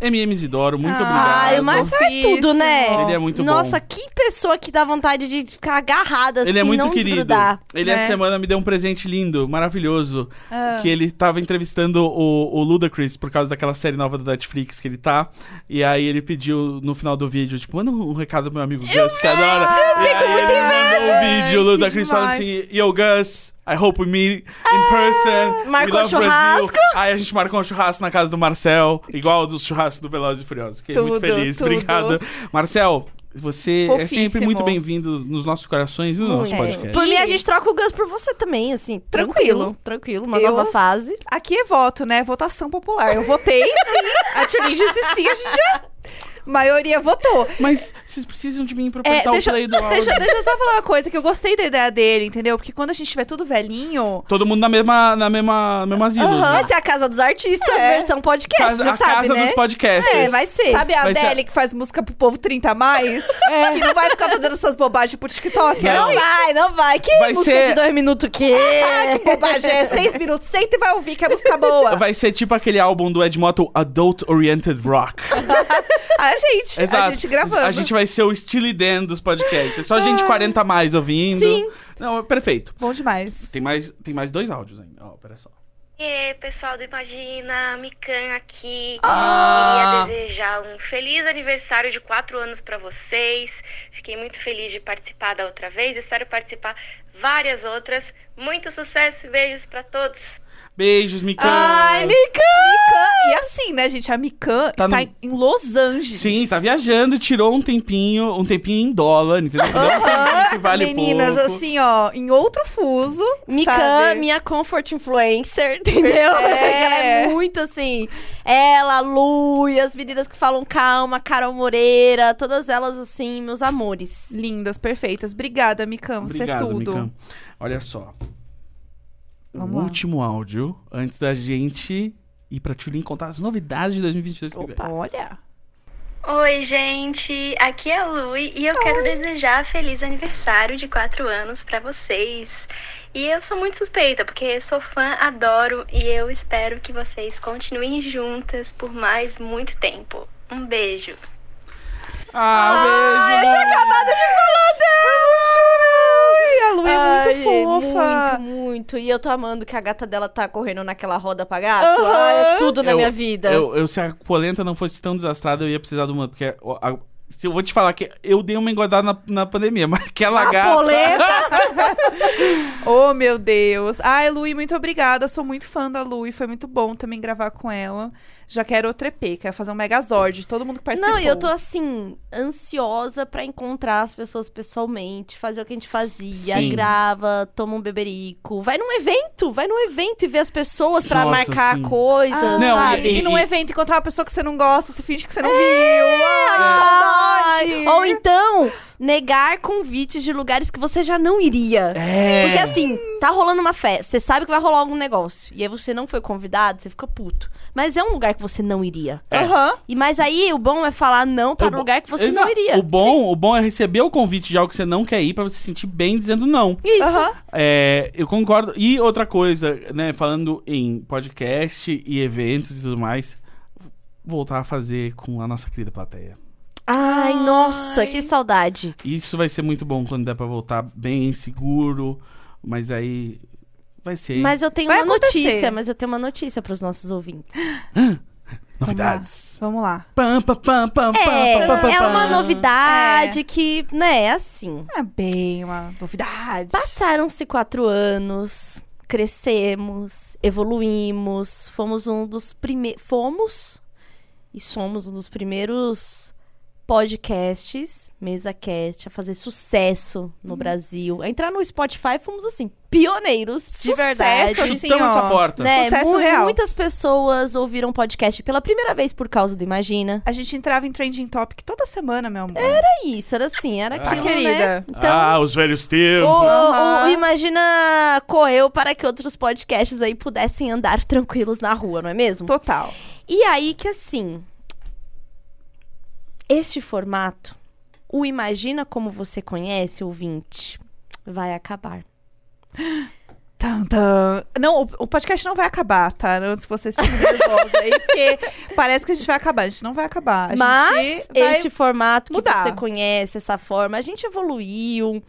MM Isidoro, muito
Ai,
obrigado.
o Márcio é tudo, né?
Ele é muito
Nossa,
bom.
que pessoa que dá vontade de ficar agarrada assim,
Ele é muito
não
querido.
desgrudar.
Ele essa
né?
semana me deu um presente lindo, maravilhoso.
Ah.
Que ele tava entrevistando o, o Ludacris por causa daquela série nova da Netflix que ele tá. E aí ele pediu no final do vídeo, tipo, manda um recado pro meu amigo Gus, que adora. E aí ele mandou um vídeo, o
Ai, que
Ludacris falando assim, Yo, Gus, I hope we meet
Ah,
in person.
Marcou
we love
churrasco.
Brazil. Aí a gente marcou um churrasco na casa do Marcel, igual dos churrascos do Velozes e Furiosos. Fiquei muito
Tudo,
feliz,
tudo.
obrigado. Marcel, você é sempre
Fofíssimo.
muito bem-vindo nos nossos corações e no nosso
Muito.
podcast.
Por mim, a gente troca o Gus por você também, assim. Tranquilo.
Tranquilo.
Tranquilo, uma
Eu-
nova fase.
Aqui é voto, né? Votação popular. Eu votei, sim. A Tia disse sim, a gente já... Maioria votou.
Mas vocês precisam de mim pra
É,
apertar
deixa,
o play do áudio.
deixa, deixa eu só falar uma coisa, que eu gostei da ideia dele, entendeu? Porque quando a gente tiver tudo velhinho...
Todo mundo na mesma, na mesma, mesma asilo.
Ah.
né?
Essa é a casa dos artistas, versão podcast,
Casa-
você
a
sabe,
casa
né?
dos podcasts.
É, vai ser.
É. Sabe a
Vai ser-
Adele que faz música pro povo 30 a mais? Que não vai ficar fazendo essas bobagens pro TikTok?
É. Não.
Não vai, não vai. Que
Vai
música
ser-
de dois minutos o quê?
Ah, que bobagem. É seis minutos, senta e vai ouvir que é música boa.
Vai ser tipo aquele álbum do Ed Motto, Adult Oriented Rock.
A Ah, gente, a gente gravando.
A gente vai ser o Steely Dan dos podcasts. É só gente 40 a mais ouvindo.
Sim.
Não, é perfeito.
Bom demais.
Tem mais, tem mais dois áudios ainda. Ó, pera só.
E aí, pessoal do Imagina, Mikan aqui.
Ah!
Queria desejar um feliz aniversário de quatro anos pra vocês. Fiquei muito feliz de participar da outra vez. Espero participar várias outras. Muito sucesso e beijos pra todos.
Beijos, Mikan.
Ai, Mikan! E assim, né, gente? A Mikan
Tá
está
no-
em- em Los Angeles.
Sim, tá viajando, tirou um tempinho, um tempinho em dólar, entendeu? Tirou um tempinho que vale
Meninas,
pouco.
assim, ó, em outro fuso.
Mikan,
sabe?
minha comfort influencer, entendeu?
É.
Ela é muito assim. Ela, Lu e as meninas que falam calma, Carol Moreira, todas elas assim, meus amores.
Lindas, perfeitas. Obrigada, Mikan. Você
Obrigado,
é tudo.
Mikan. Olha só.
Vamos
o
lá.
último áudio antes da gente ir pra Tulin contar as novidades de 2022 que vem.
Olha.
Oi, gente! Aqui é a Lui e eu quero desejar feliz aniversário de 4 anos pra vocês. E eu sou muito suspeita, porque sou fã, adoro e eu espero que vocês continuem juntas por mais muito tempo. Um beijo!
Ah, beijo! Eu tinha acabado
Ai, a Lu é
Ai,
muito fofa.
Muito, muito. E eu tô amando que a gata dela tá correndo naquela roda pra gato.
Aham.
Ai, é tudo na
Eu-
minha vida.
eu, eu, se a polenta não fosse tão desastrada, eu ia precisar de uma. Porque a- a- se eu vou te falar que eu dei uma engordada na, na pandemia, mas aquela
a
gata.
polenta.
Oh, meu Deus. Ai, Lu, muito obrigada. Sou muito fã da Lu e foi muito bom também gravar com ela. Já quero outro EP, quero fazer um megazord. de Todo mundo que participou.
Não, e eu tô assim, ansiosa pra encontrar as pessoas pessoalmente, fazer o que a gente fazia,
Sim.
grava, toma um beberico, vai num evento, vai num evento e vê as pessoas pra
Nossa,
marcar
sim.
coisas,
Ah. Não,
sabe?
E num
E-
evento encontrar uma pessoa que você não gosta, você finge que você não
É,
viu. Ai, que
Ai,
saudade.
Ah, Ou então, negar convites de lugares que você já não iria.
É.
Porque assim, tá rolando uma festa, você sabe que vai rolar algum negócio, e aí você não foi convidado, você fica puto. Mas é um lugar que você não iria.
É.
Aham.
E mas aí o bom é falar não para
Eu-
um lugar que você
Exa-
não iria.
O bom, o bom é receber o convite de algo que você não quer ir pra você se sentir bem dizendo não.
Isso.
Aham.
É, eu concordo. E outra coisa, né, falando em podcast e eventos e tudo mais, voltar a fazer com a nossa querida plateia.
Ai, nossa, que saudade.
Isso vai ser muito bom quando der pra voltar bem, seguro, mas aí vai ser
Mas eu tenho
Vai
uma
acontecer.
notícia, mas eu tenho uma notícia pros nossos ouvintes.
novidades.
Vamos lá.
Pam, pam, pam, pam, pam, pam, pam,
É, é
pam.
uma novidade que, né, é assim.
É bem uma novidade.
Passaram-se quatro anos, crescemos, evoluímos, fomos um dos primeiros. Fomos e somos um dos primeiros podcasts, mesa cast, a fazer sucesso
Uhum.
no Brasil. A entrar no Spotify fomos assim, pioneiros.
De verdade.
Sucesso,
Assim,
Chutamos
ó.
Então, essa porta.
né?
Sucesso
Mu-
real.
Muitas pessoas ouviram podcast pela primeira vez por causa do Imagina.
A gente entrava em Trending Topic toda semana, meu amor. Era
É isso, era assim, era
Ah,
aquilo, né?
Tá querida.
Então,
Ah, os velhos
o,
tempos.
o- o
Aham.
Imagina correu para que outros podcasts aí pudessem andar tranquilos na rua, não é mesmo?
Total.
E aí que assim. Este formato, o Imagina Como Você Conhece, ouvinte, vai acabar.
Tam, tam. Não, o, o podcast não vai acabar, tá? Antes que vocês fiquem nervosos aí, porque parece que a gente vai acabar. A gente não vai acabar. A
Mas
gente vai...
este formato
mudar.
que você conhece, essa forma, a gente evoluiu.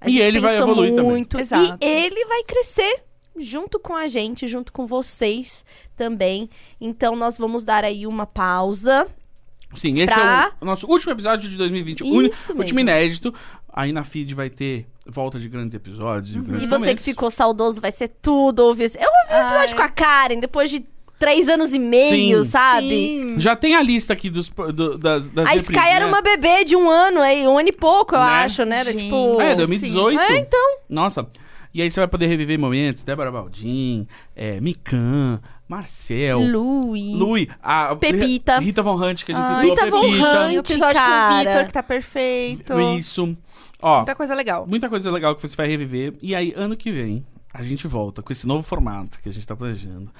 A
E
gente
ele vai
pensou
evoluir também.
muito,
Exato.
E ele vai crescer junto com a gente, junto com vocês também. Então nós vamos dar aí uma pausa.
Sim, esse
Pra-
é o nosso último episódio de 2021.
Isso mesmo.
Último inédito. Aí na feed vai ter volta de grandes episódios. E, grandes
Uhum. E você que
momentos.
ficou saudoso vai ser tudo ouvir. esse- Eu ouvi o episódio com a Karen depois de três anos e meio,
Sim.
sabe?
Já tem a lista aqui dos, do- das, das
A
reprises,
Sky era
né?
uma bebê de um ano, aí, um ano e pouco, eu
Né?
acho, né? Era
Gente.
tipo.
É, 2018.
É, então.
Nossa. E aí você vai poder reviver momentos. Débora Baldin, é, Mikan, Marcel,
Lui.
Lui, a
Pepita. Ah,
Rita Von Hunt, que a gente
Ai,
citou.
Rita Von
Pepita.
E o
Hunt,
um episódio com o
cara.
Vitor, que tá perfeito.
Isso. Ó,
Tá
Muita coisa legal.
muita coisa legal que você vai reviver. E aí, ano que vem, a gente volta com esse novo formato que a gente tá planejando.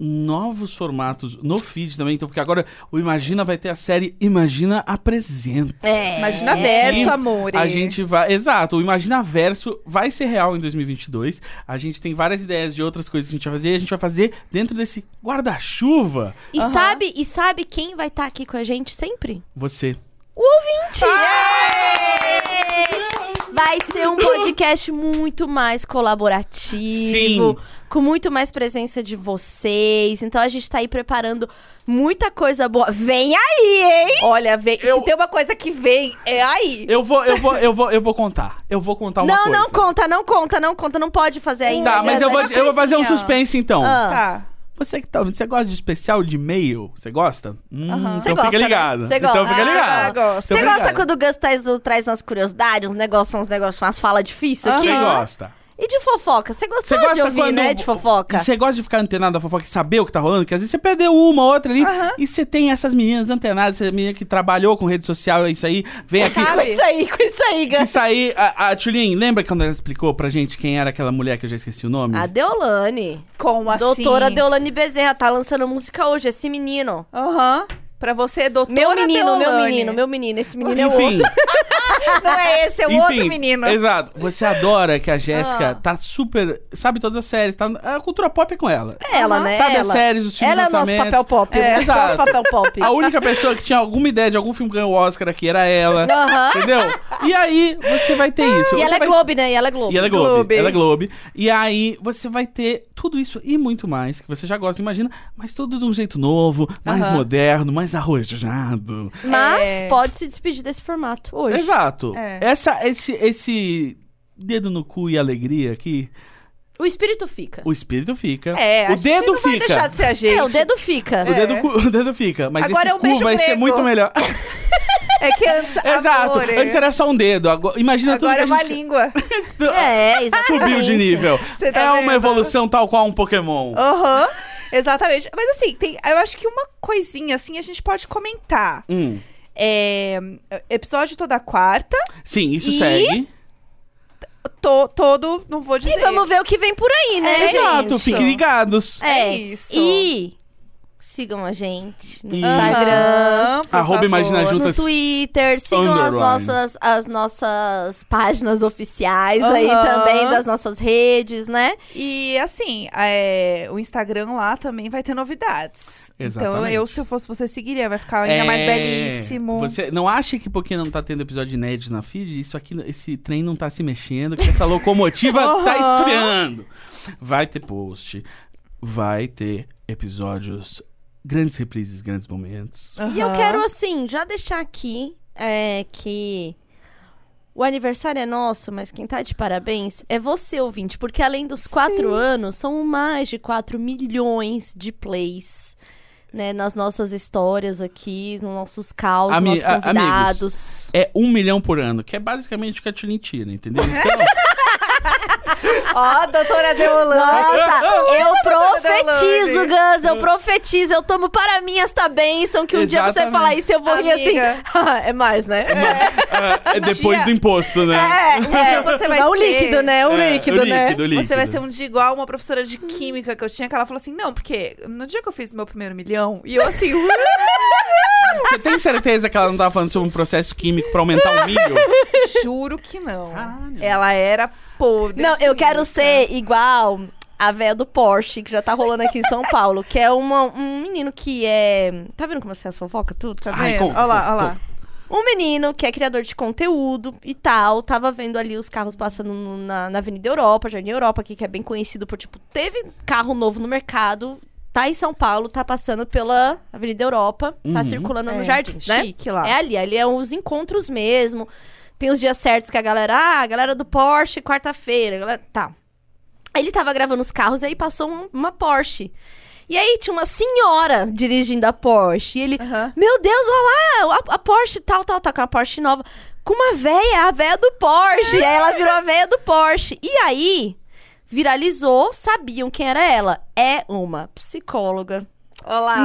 Novos formatos no feed também, então, porque agora o Imagina vai ter a série Imagina Apresenta.
É.
Imagina verso,
E
amor.
A gente vai. Exato, o Imagina Verso vai ser real em 2022. A gente tem várias ideias de outras coisas que a gente vai fazer. E a gente vai fazer dentro desse guarda-chuva.
E, sabe, e sabe quem vai estar aqui com a gente sempre?
Você.
O ouvinte! Vai ser um podcast muito mais
Sim.
colaborativo, com muito mais presença de vocês. Então a gente tá aí preparando muita coisa boa. Vem aí, hein?
Olha, vem-
Eu-
se tem uma coisa que vem, é aí.
Eu vou, eu vou, eu vou, eu vou contar. Eu vou contar uma
não,
coisa.
não conta, não conta, não conta, não pode fazer ainda. né?
Tá, mas eu vou,
Uma
eu vou fazer um
coisinha.
suspense então.
assim, Ah.
Tá.
Você que tá ouvindo, você gosta de especial de e-mail? Você gosta? Hum, Então
Você
fica
gosta, né?
ligado.
Você
Então
gosta.
fica
Ah,
ligado.
gosto.
Então
Você
fica
gosta
ligado.
quando o Gus traz, traz umas curiosidades, uns negócios, uns negócios, umas falas difíceis aqui?
Você gosta.
E de fofoca? Você
Você
gostou de
gosta
ouvir,
quando-
né? De fofoca?
E Você gosta de ficar antenado da fofoca e saber o que tá rolando? Porque às vezes você perdeu uma, outra ali. E você tem essas meninas antenadas, essa menina que trabalhou com rede social, é isso aí. Vem aqui.
Com isso aí, com isso aí, Gus.
Isso aí, a, a Tulin, lembra quando ela explicou pra gente quem era aquela mulher que eu já esqueci o nome?
A Deolane.
Como assim?
Doutora Deolane Bezerra tá lançando música hoje, esse menino.
Aham. Pra você, doutora
Meu menino, meu
Deolane.
menino, meu menino. Esse menino é
Enfim,
outro. um
Não é esse, é o
enfim,
outro menino.
Exato. Você adora que a Jéssica
Ah.
tá super. Sabe todas as séries, tá, a cultura pop é com ela.
É ela, né?
Sabe
ela.
as séries, os filmes
Ela é o nosso
lançamentos.
papel pop. né?
É,
o
exato.
papel pop.
A única pessoa que tinha alguma ideia de algum filme que ganhou o Oscar aqui era ela.
Aham.
Entendeu? E aí, você vai ter isso.
E
Você
ela é
vai-
Globo, né? E ela é Globo.
E ela é Globo.
Globo.
Ela é Globo. E aí você vai ter tudo isso e muito mais que você já gosta, imagina, mas tudo de um jeito novo, mais
Aham.
moderno, mais arrojado.
Mas
É.
pode se despedir desse formato hoje.
Exato.
É.
Essa, esse, esse dedo no cu e alegria aqui,
O espírito fica.
o espírito fica.
É, a
o
gente
dedo
não vai
fica.
deixar de ser a gente.
É, o dedo fica.
O, dedo, cu- o dedo fica, mas
Agora
esse
é o
cu
beijo
vai ser
grego.
muito melhor.
É que antes...
Exato.
amore,
Antes era só um dedo. Agora, imagina tudo
Agora é
que a
uma
gente
língua.
É, exatamente.
subiu de nível.
Você tá
é uma
vendo?
evolução tal qual um Pokémon.
Aham. Exatamente. Mas assim, tem, eu acho que uma coisinha assim a gente pode comentar.
Hum.
É, episódio toda quarta,
Sim, isso
E-
segue.
to- todo, não vou dizer.
E vamos ver o que vem por aí, né?
É,
Exato,
isso.
fiquem ligados.
É isso.
E sigam a gente no
Isso.
Instagram.
Aham, por
Arroba
favor.
Imagina Ju.
Tá No
Juntas-
Twitter, sigam as
Underline.
nossas, as nossas páginas oficiais aí
Aham.
também, das nossas redes, né?
E assim, é, o Instagram lá também vai ter novidades. Então
Exatamente.
eu, se eu fosse você, seguiria. Vai ficar ainda um mais
É,
belíssimo.
Você não acha que porque não tá tendo episódio inédito na feed, isso aqui, esse trem não tá se mexendo, que essa locomotiva tá
Aham.
esfriando. Vai ter post, vai ter episódios, grandes reprises, grandes momentos.
E eu
Aham.
quero, assim, já deixar aqui é, que o aniversário é nosso, mas quem tá de parabéns é você, ouvinte. Porque além dos quatro anos, são mais de 4 milhões de plays. Né, nas nossas histórias aqui, nos nossos caos,
Ami-
nos
a-
nossos
amigos.
convidados.
É um milhão por ano, que é basicamente o que a Tulin tira, entendeu? Então,
Ó, doutora
é
Deolane.
Nossa, eu profetizo,
profetizo,
Gus, eu profetizo, eu tomo para mim esta bênção que um dia você vai
Exatamente.
falar isso e eu vou rir assim.
Amiga.
"Ah, é mais, né?
é, é depois
dia-
do imposto, né?
Um dia você vai
é o
ser-
líquido, né? É o
É,
líquido, né?
líquido, líquido.
Você vai ser um dia igual uma professora de química que eu tinha, que ela falou assim: não, porque no dia que eu fiz meu primeiro milhão, e eu assim,
Você tem certeza que ela não tava falando sobre um processo químico pra aumentar o milho?
Juro que não.
Caralho.
Ela era podre. assim, tá
Não, eu
de
quero
rica.
ser igual a véia do Porsche, que já tá rolando aqui em São Paulo, que é uma- um menino que é. Tá vendo como eu sei as fofocas? Tudo?
Tá
Ai,
vendo?
conta,
Olha lá,
conta,
olha lá.
conta.
Um menino que é criador de conteúdo e tal, tava vendo ali os carros passando no- na, na Avenida Europa, Jardim Europa, aqui, que é bem conhecido por, tipo, teve carro novo no mercado, tá em São Paulo, tá passando pela Avenida Europa, tá
Uhum.
circulando
É,
nos jardins, né?
Chique Tá. lá.
É ali, ali é os encontros mesmo. Tem os dias certos que a galera, ah, a galera do Porsche, quarta-feira, a galera, tá. Aí Ele tava gravando os carros e aí passou um- uma Porsche. E aí tinha uma senhora dirigindo a Porsche. E ele,
Aham.
meu Deus, olha lá, é a, a Porsche tal, tal, tal, com uma Porsche nova. Com uma véia, a véia do Porsche. E aí ela virou a véia do Porsche. E aí, viralizou, sabiam quem era ela. É uma psicóloga
Olá.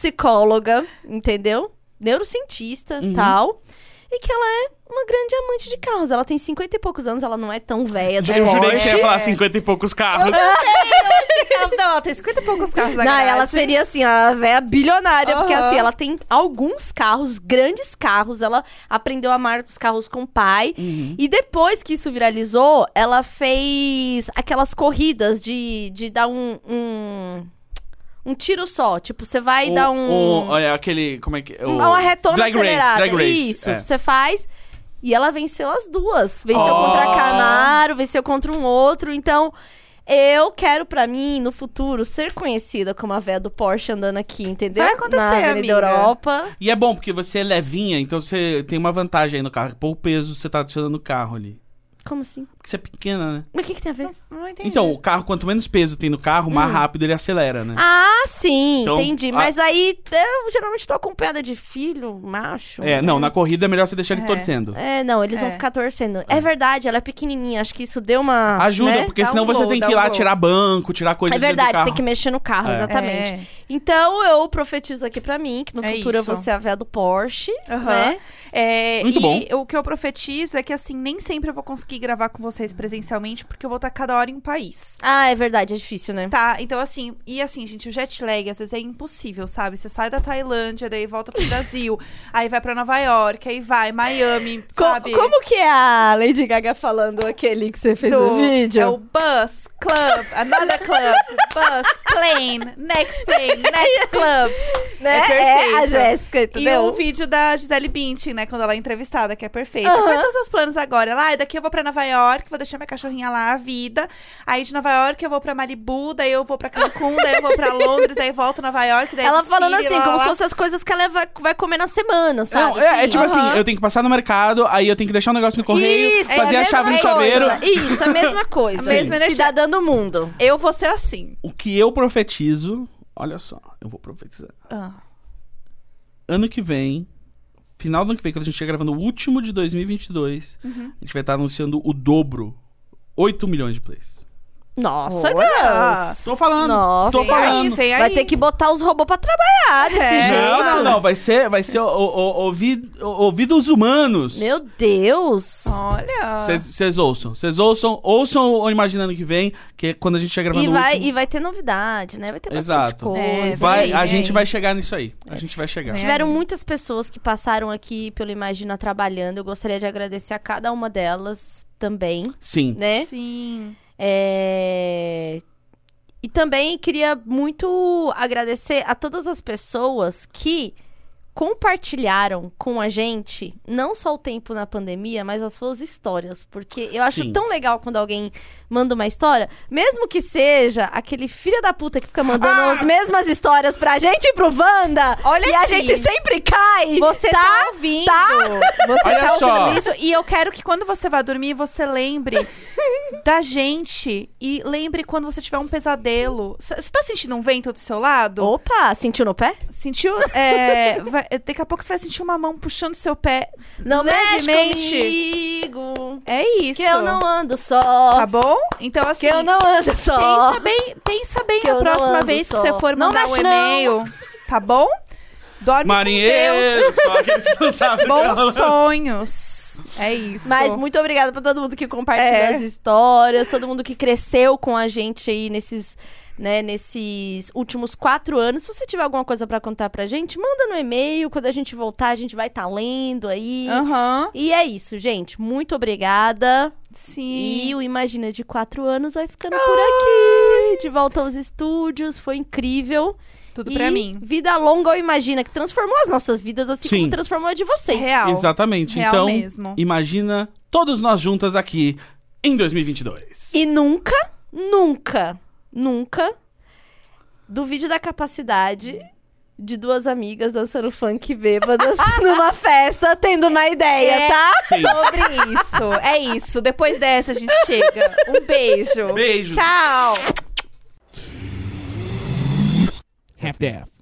neuropsicóloga, entendeu? Neurocientista
Uhum.
tal. E que ela é uma grande amante de carros. Ela tem 50 e poucos anos, ela não é tão velha. do
Eu jurei que
Porsche.
você ia falar 50 e poucos carros.
Não, ela tem 50 e poucos carros na
Não,
garagem.
ela seria assim, a véia bilionária, porque
Aham.
assim, ela tem alguns carros, grandes carros, ela aprendeu a amar os carros com o pai. E depois que isso viralizou, ela fez aquelas corridas de, de dar um, um. um tiro só. Tipo, você vai dar um.
olha, aquele. Como é que. O,
uma retoma
drag
acelerada.
race, drag race.
Isso,
é.
você faz. E ela venceu as duas. Venceu
Ó.
contra a Camaro, venceu contra um outro. Então, eu quero pra mim, no futuro, ser conhecida como a véia do Porsche andando aqui, entendeu?
Vai acontecer,
Na Avenida
amiga.
Europa.
E é bom, porque você é levinha, então você tem uma vantagem aí no carro. Pô, o peso você tá adicionando o carro ali.
Como assim?
Porque você é pequena, né?
Mas o que, que tem a ver?
Não entendi.
Então, o carro, quanto menos peso tem no carro,
Hum.
mais rápido ele acelera, né?
Ah, sim,
Então,
entendi.
a-
Mas aí, eu geralmente tô acompanhada de filho, macho.
É, não, na corrida é melhor você deixar eles
É.
torcendo.
Ah, É, não, eles vão
É.
ficar torcendo. É verdade, ela é pequenininha, acho que isso deu uma...
Ajuda,
né?
porque
Dá
senão
um
você
glow,
tem
dá
que ir
um
lá
glow.
tirar banco, tirar coisa
É
de dentro do
verdade,
carro.
tem que mexer no carro,
É.
exatamente.
É.
Então eu profetizo aqui pra mim que no
É
futuro eu
isso.
vou ser a véia do Porsche,
Aham.
né?
É,
Muito
e
bom.
o que eu profetizo é que, assim, nem sempre eu vou conseguir gravar com vocês presencialmente, porque eu vou estar cada hora em um país.
Ah, é verdade, é difícil, né?
Tá, então assim, e assim, gente, o jet lag às vezes é impossível, sabe? Você sai da Tailândia, daí volta pro Brasil, aí vai pra Nova York, aí vai, Miami,
Co-
sabe?
como que é a Lady Gaga falando aquele que você fez
Do-
no vídeo?
É o bus, club, another club, bus, plane, next plane, next club.
né?
é
É a
perfeita.
Jéssica,
E o
entendeu?
vídeo da Gisele Bündchen, né? Quando ela é entrevistada, que é perfeita. Quais são os seus planos agora? Ela, ah, daqui eu vou pra Nova York, vou deixar minha cachorrinha lá, a vida. Aí de Nova York eu vou pra Malibu, daí eu vou pra Cancún, daí eu vou pra Londres, daí volto Nova York, daí
Ela
desfile,
falando assim,
lá,
como
lá,
se
lá.
fossem as coisas que ela vai, vai comer na semana, sabe?
Não, é, é
Assim.
tipo assim, eu tenho que passar no mercado, aí eu tenho que deixar o negócio no correio,
Isso,
fazer
é
a chave no
mesma
chaveiro.
coisa. Isso, a mesma coisa.
A mesma energia.
Cidadã do mundo.
Eu vou ser assim.
O que eu profetizo, olha só, eu vou profetizar.
Ah.
Ano que vem, final do ano que vem, quando a gente estiver gravando o último de 2022,
Uhum.
a gente vai estar anunciando o dobro, 8 milhões de plays.
Nossa,
Olha!
Deus.
Tô falando,
Nossa.
tô
Vem
falando.
Aí, vem aí.
Vai ter que botar os robôs pra trabalhar desse
É.
jeito.
Não, não, vai ser, vai ser o, o- ouvi- o- ouvidos humanos.
Meu Deus!
Olha.
Vocês ouçam, vocês ouçam, ouçam o Imaginando que vem, que é quando a gente estiver gravando
E vai,
o
e vai ter novidade, né? Vai ter bastante
Exato.
coisa.
É,
Vai,
Vem
a
aí,
gente
vem
vai chegar nisso aí. A gente vai chegar.
Tiveram muitas pessoas que passaram aqui pelo Imagina trabalhando. Eu gostaria de agradecer a cada uma delas também,
Sim.
né?
Sim.
É, E também queria muito agradecer a todas as pessoas que compartilharam com a gente não só o tempo na pandemia, mas as suas histórias, porque eu acho
Sim.
tão legal quando alguém manda uma história, mesmo que seja aquele filho da puta que fica mandando as mesmas histórias pra gente e pro Wanda,
Olha
e a
aqui.
gente sempre cai.
Você tá, ouvindo. Você
Olha
tá ouvindo
só.
isso. E eu quero que quando você vá dormir, você lembre da gente. E lembre quando você tiver um pesadelo. C- Você tá sentindo um vento do seu lado?
Opa, sentiu no pé?
Oh. Sentiu? É, vai- daqui a pouco você vai sentir uma mão puxando seu pé.
Não mexe
Levemente.
comigo.
É isso.
Que eu não ando só.
Tá bom? Então, assim.
que eu não ando só.
Pensa bem, pensa bem
Que
a
eu não
próxima
ando
vez
só.
que você for
Não
mandar um
mexe, não.
e-mail. Tá bom? Dorme com Deus.
Marinheiro, só que tá eles não sabem.
Bons sonhos. É isso.
Mas muito obrigada pra todo mundo que compartilha
É.
as histórias, todo mundo que cresceu com a gente aí nesses, né, nesses últimos quatro anos. Se você tiver alguma coisa pra contar pra gente, manda no e-mail. Quando a gente voltar, a gente vai estar lendo aí.
Aham.
E é isso, gente. Muito obrigada.
Sim.
E o Imagina de quatro anos vai ficando por aqui. De volta aos estúdios. Foi incrível.
Tudo
e
pra mim.
Vida longa ao Imagina, que transformou as nossas vidas assim
Sim.
como transformou a de vocês.
Real.
Exatamente.
Real
então,
mesmo.
imagina todos nós juntas aqui em 2022.
E nunca, nunca, nunca duvide da capacidade de duas amigas dançando funk bêbadas numa festa, tendo uma ideia,
É.
tá?
Sim.
Sobre isso. É isso. Depois dessa a gente chega. Um beijo.
Beijo.
Tchau.
half-deaf.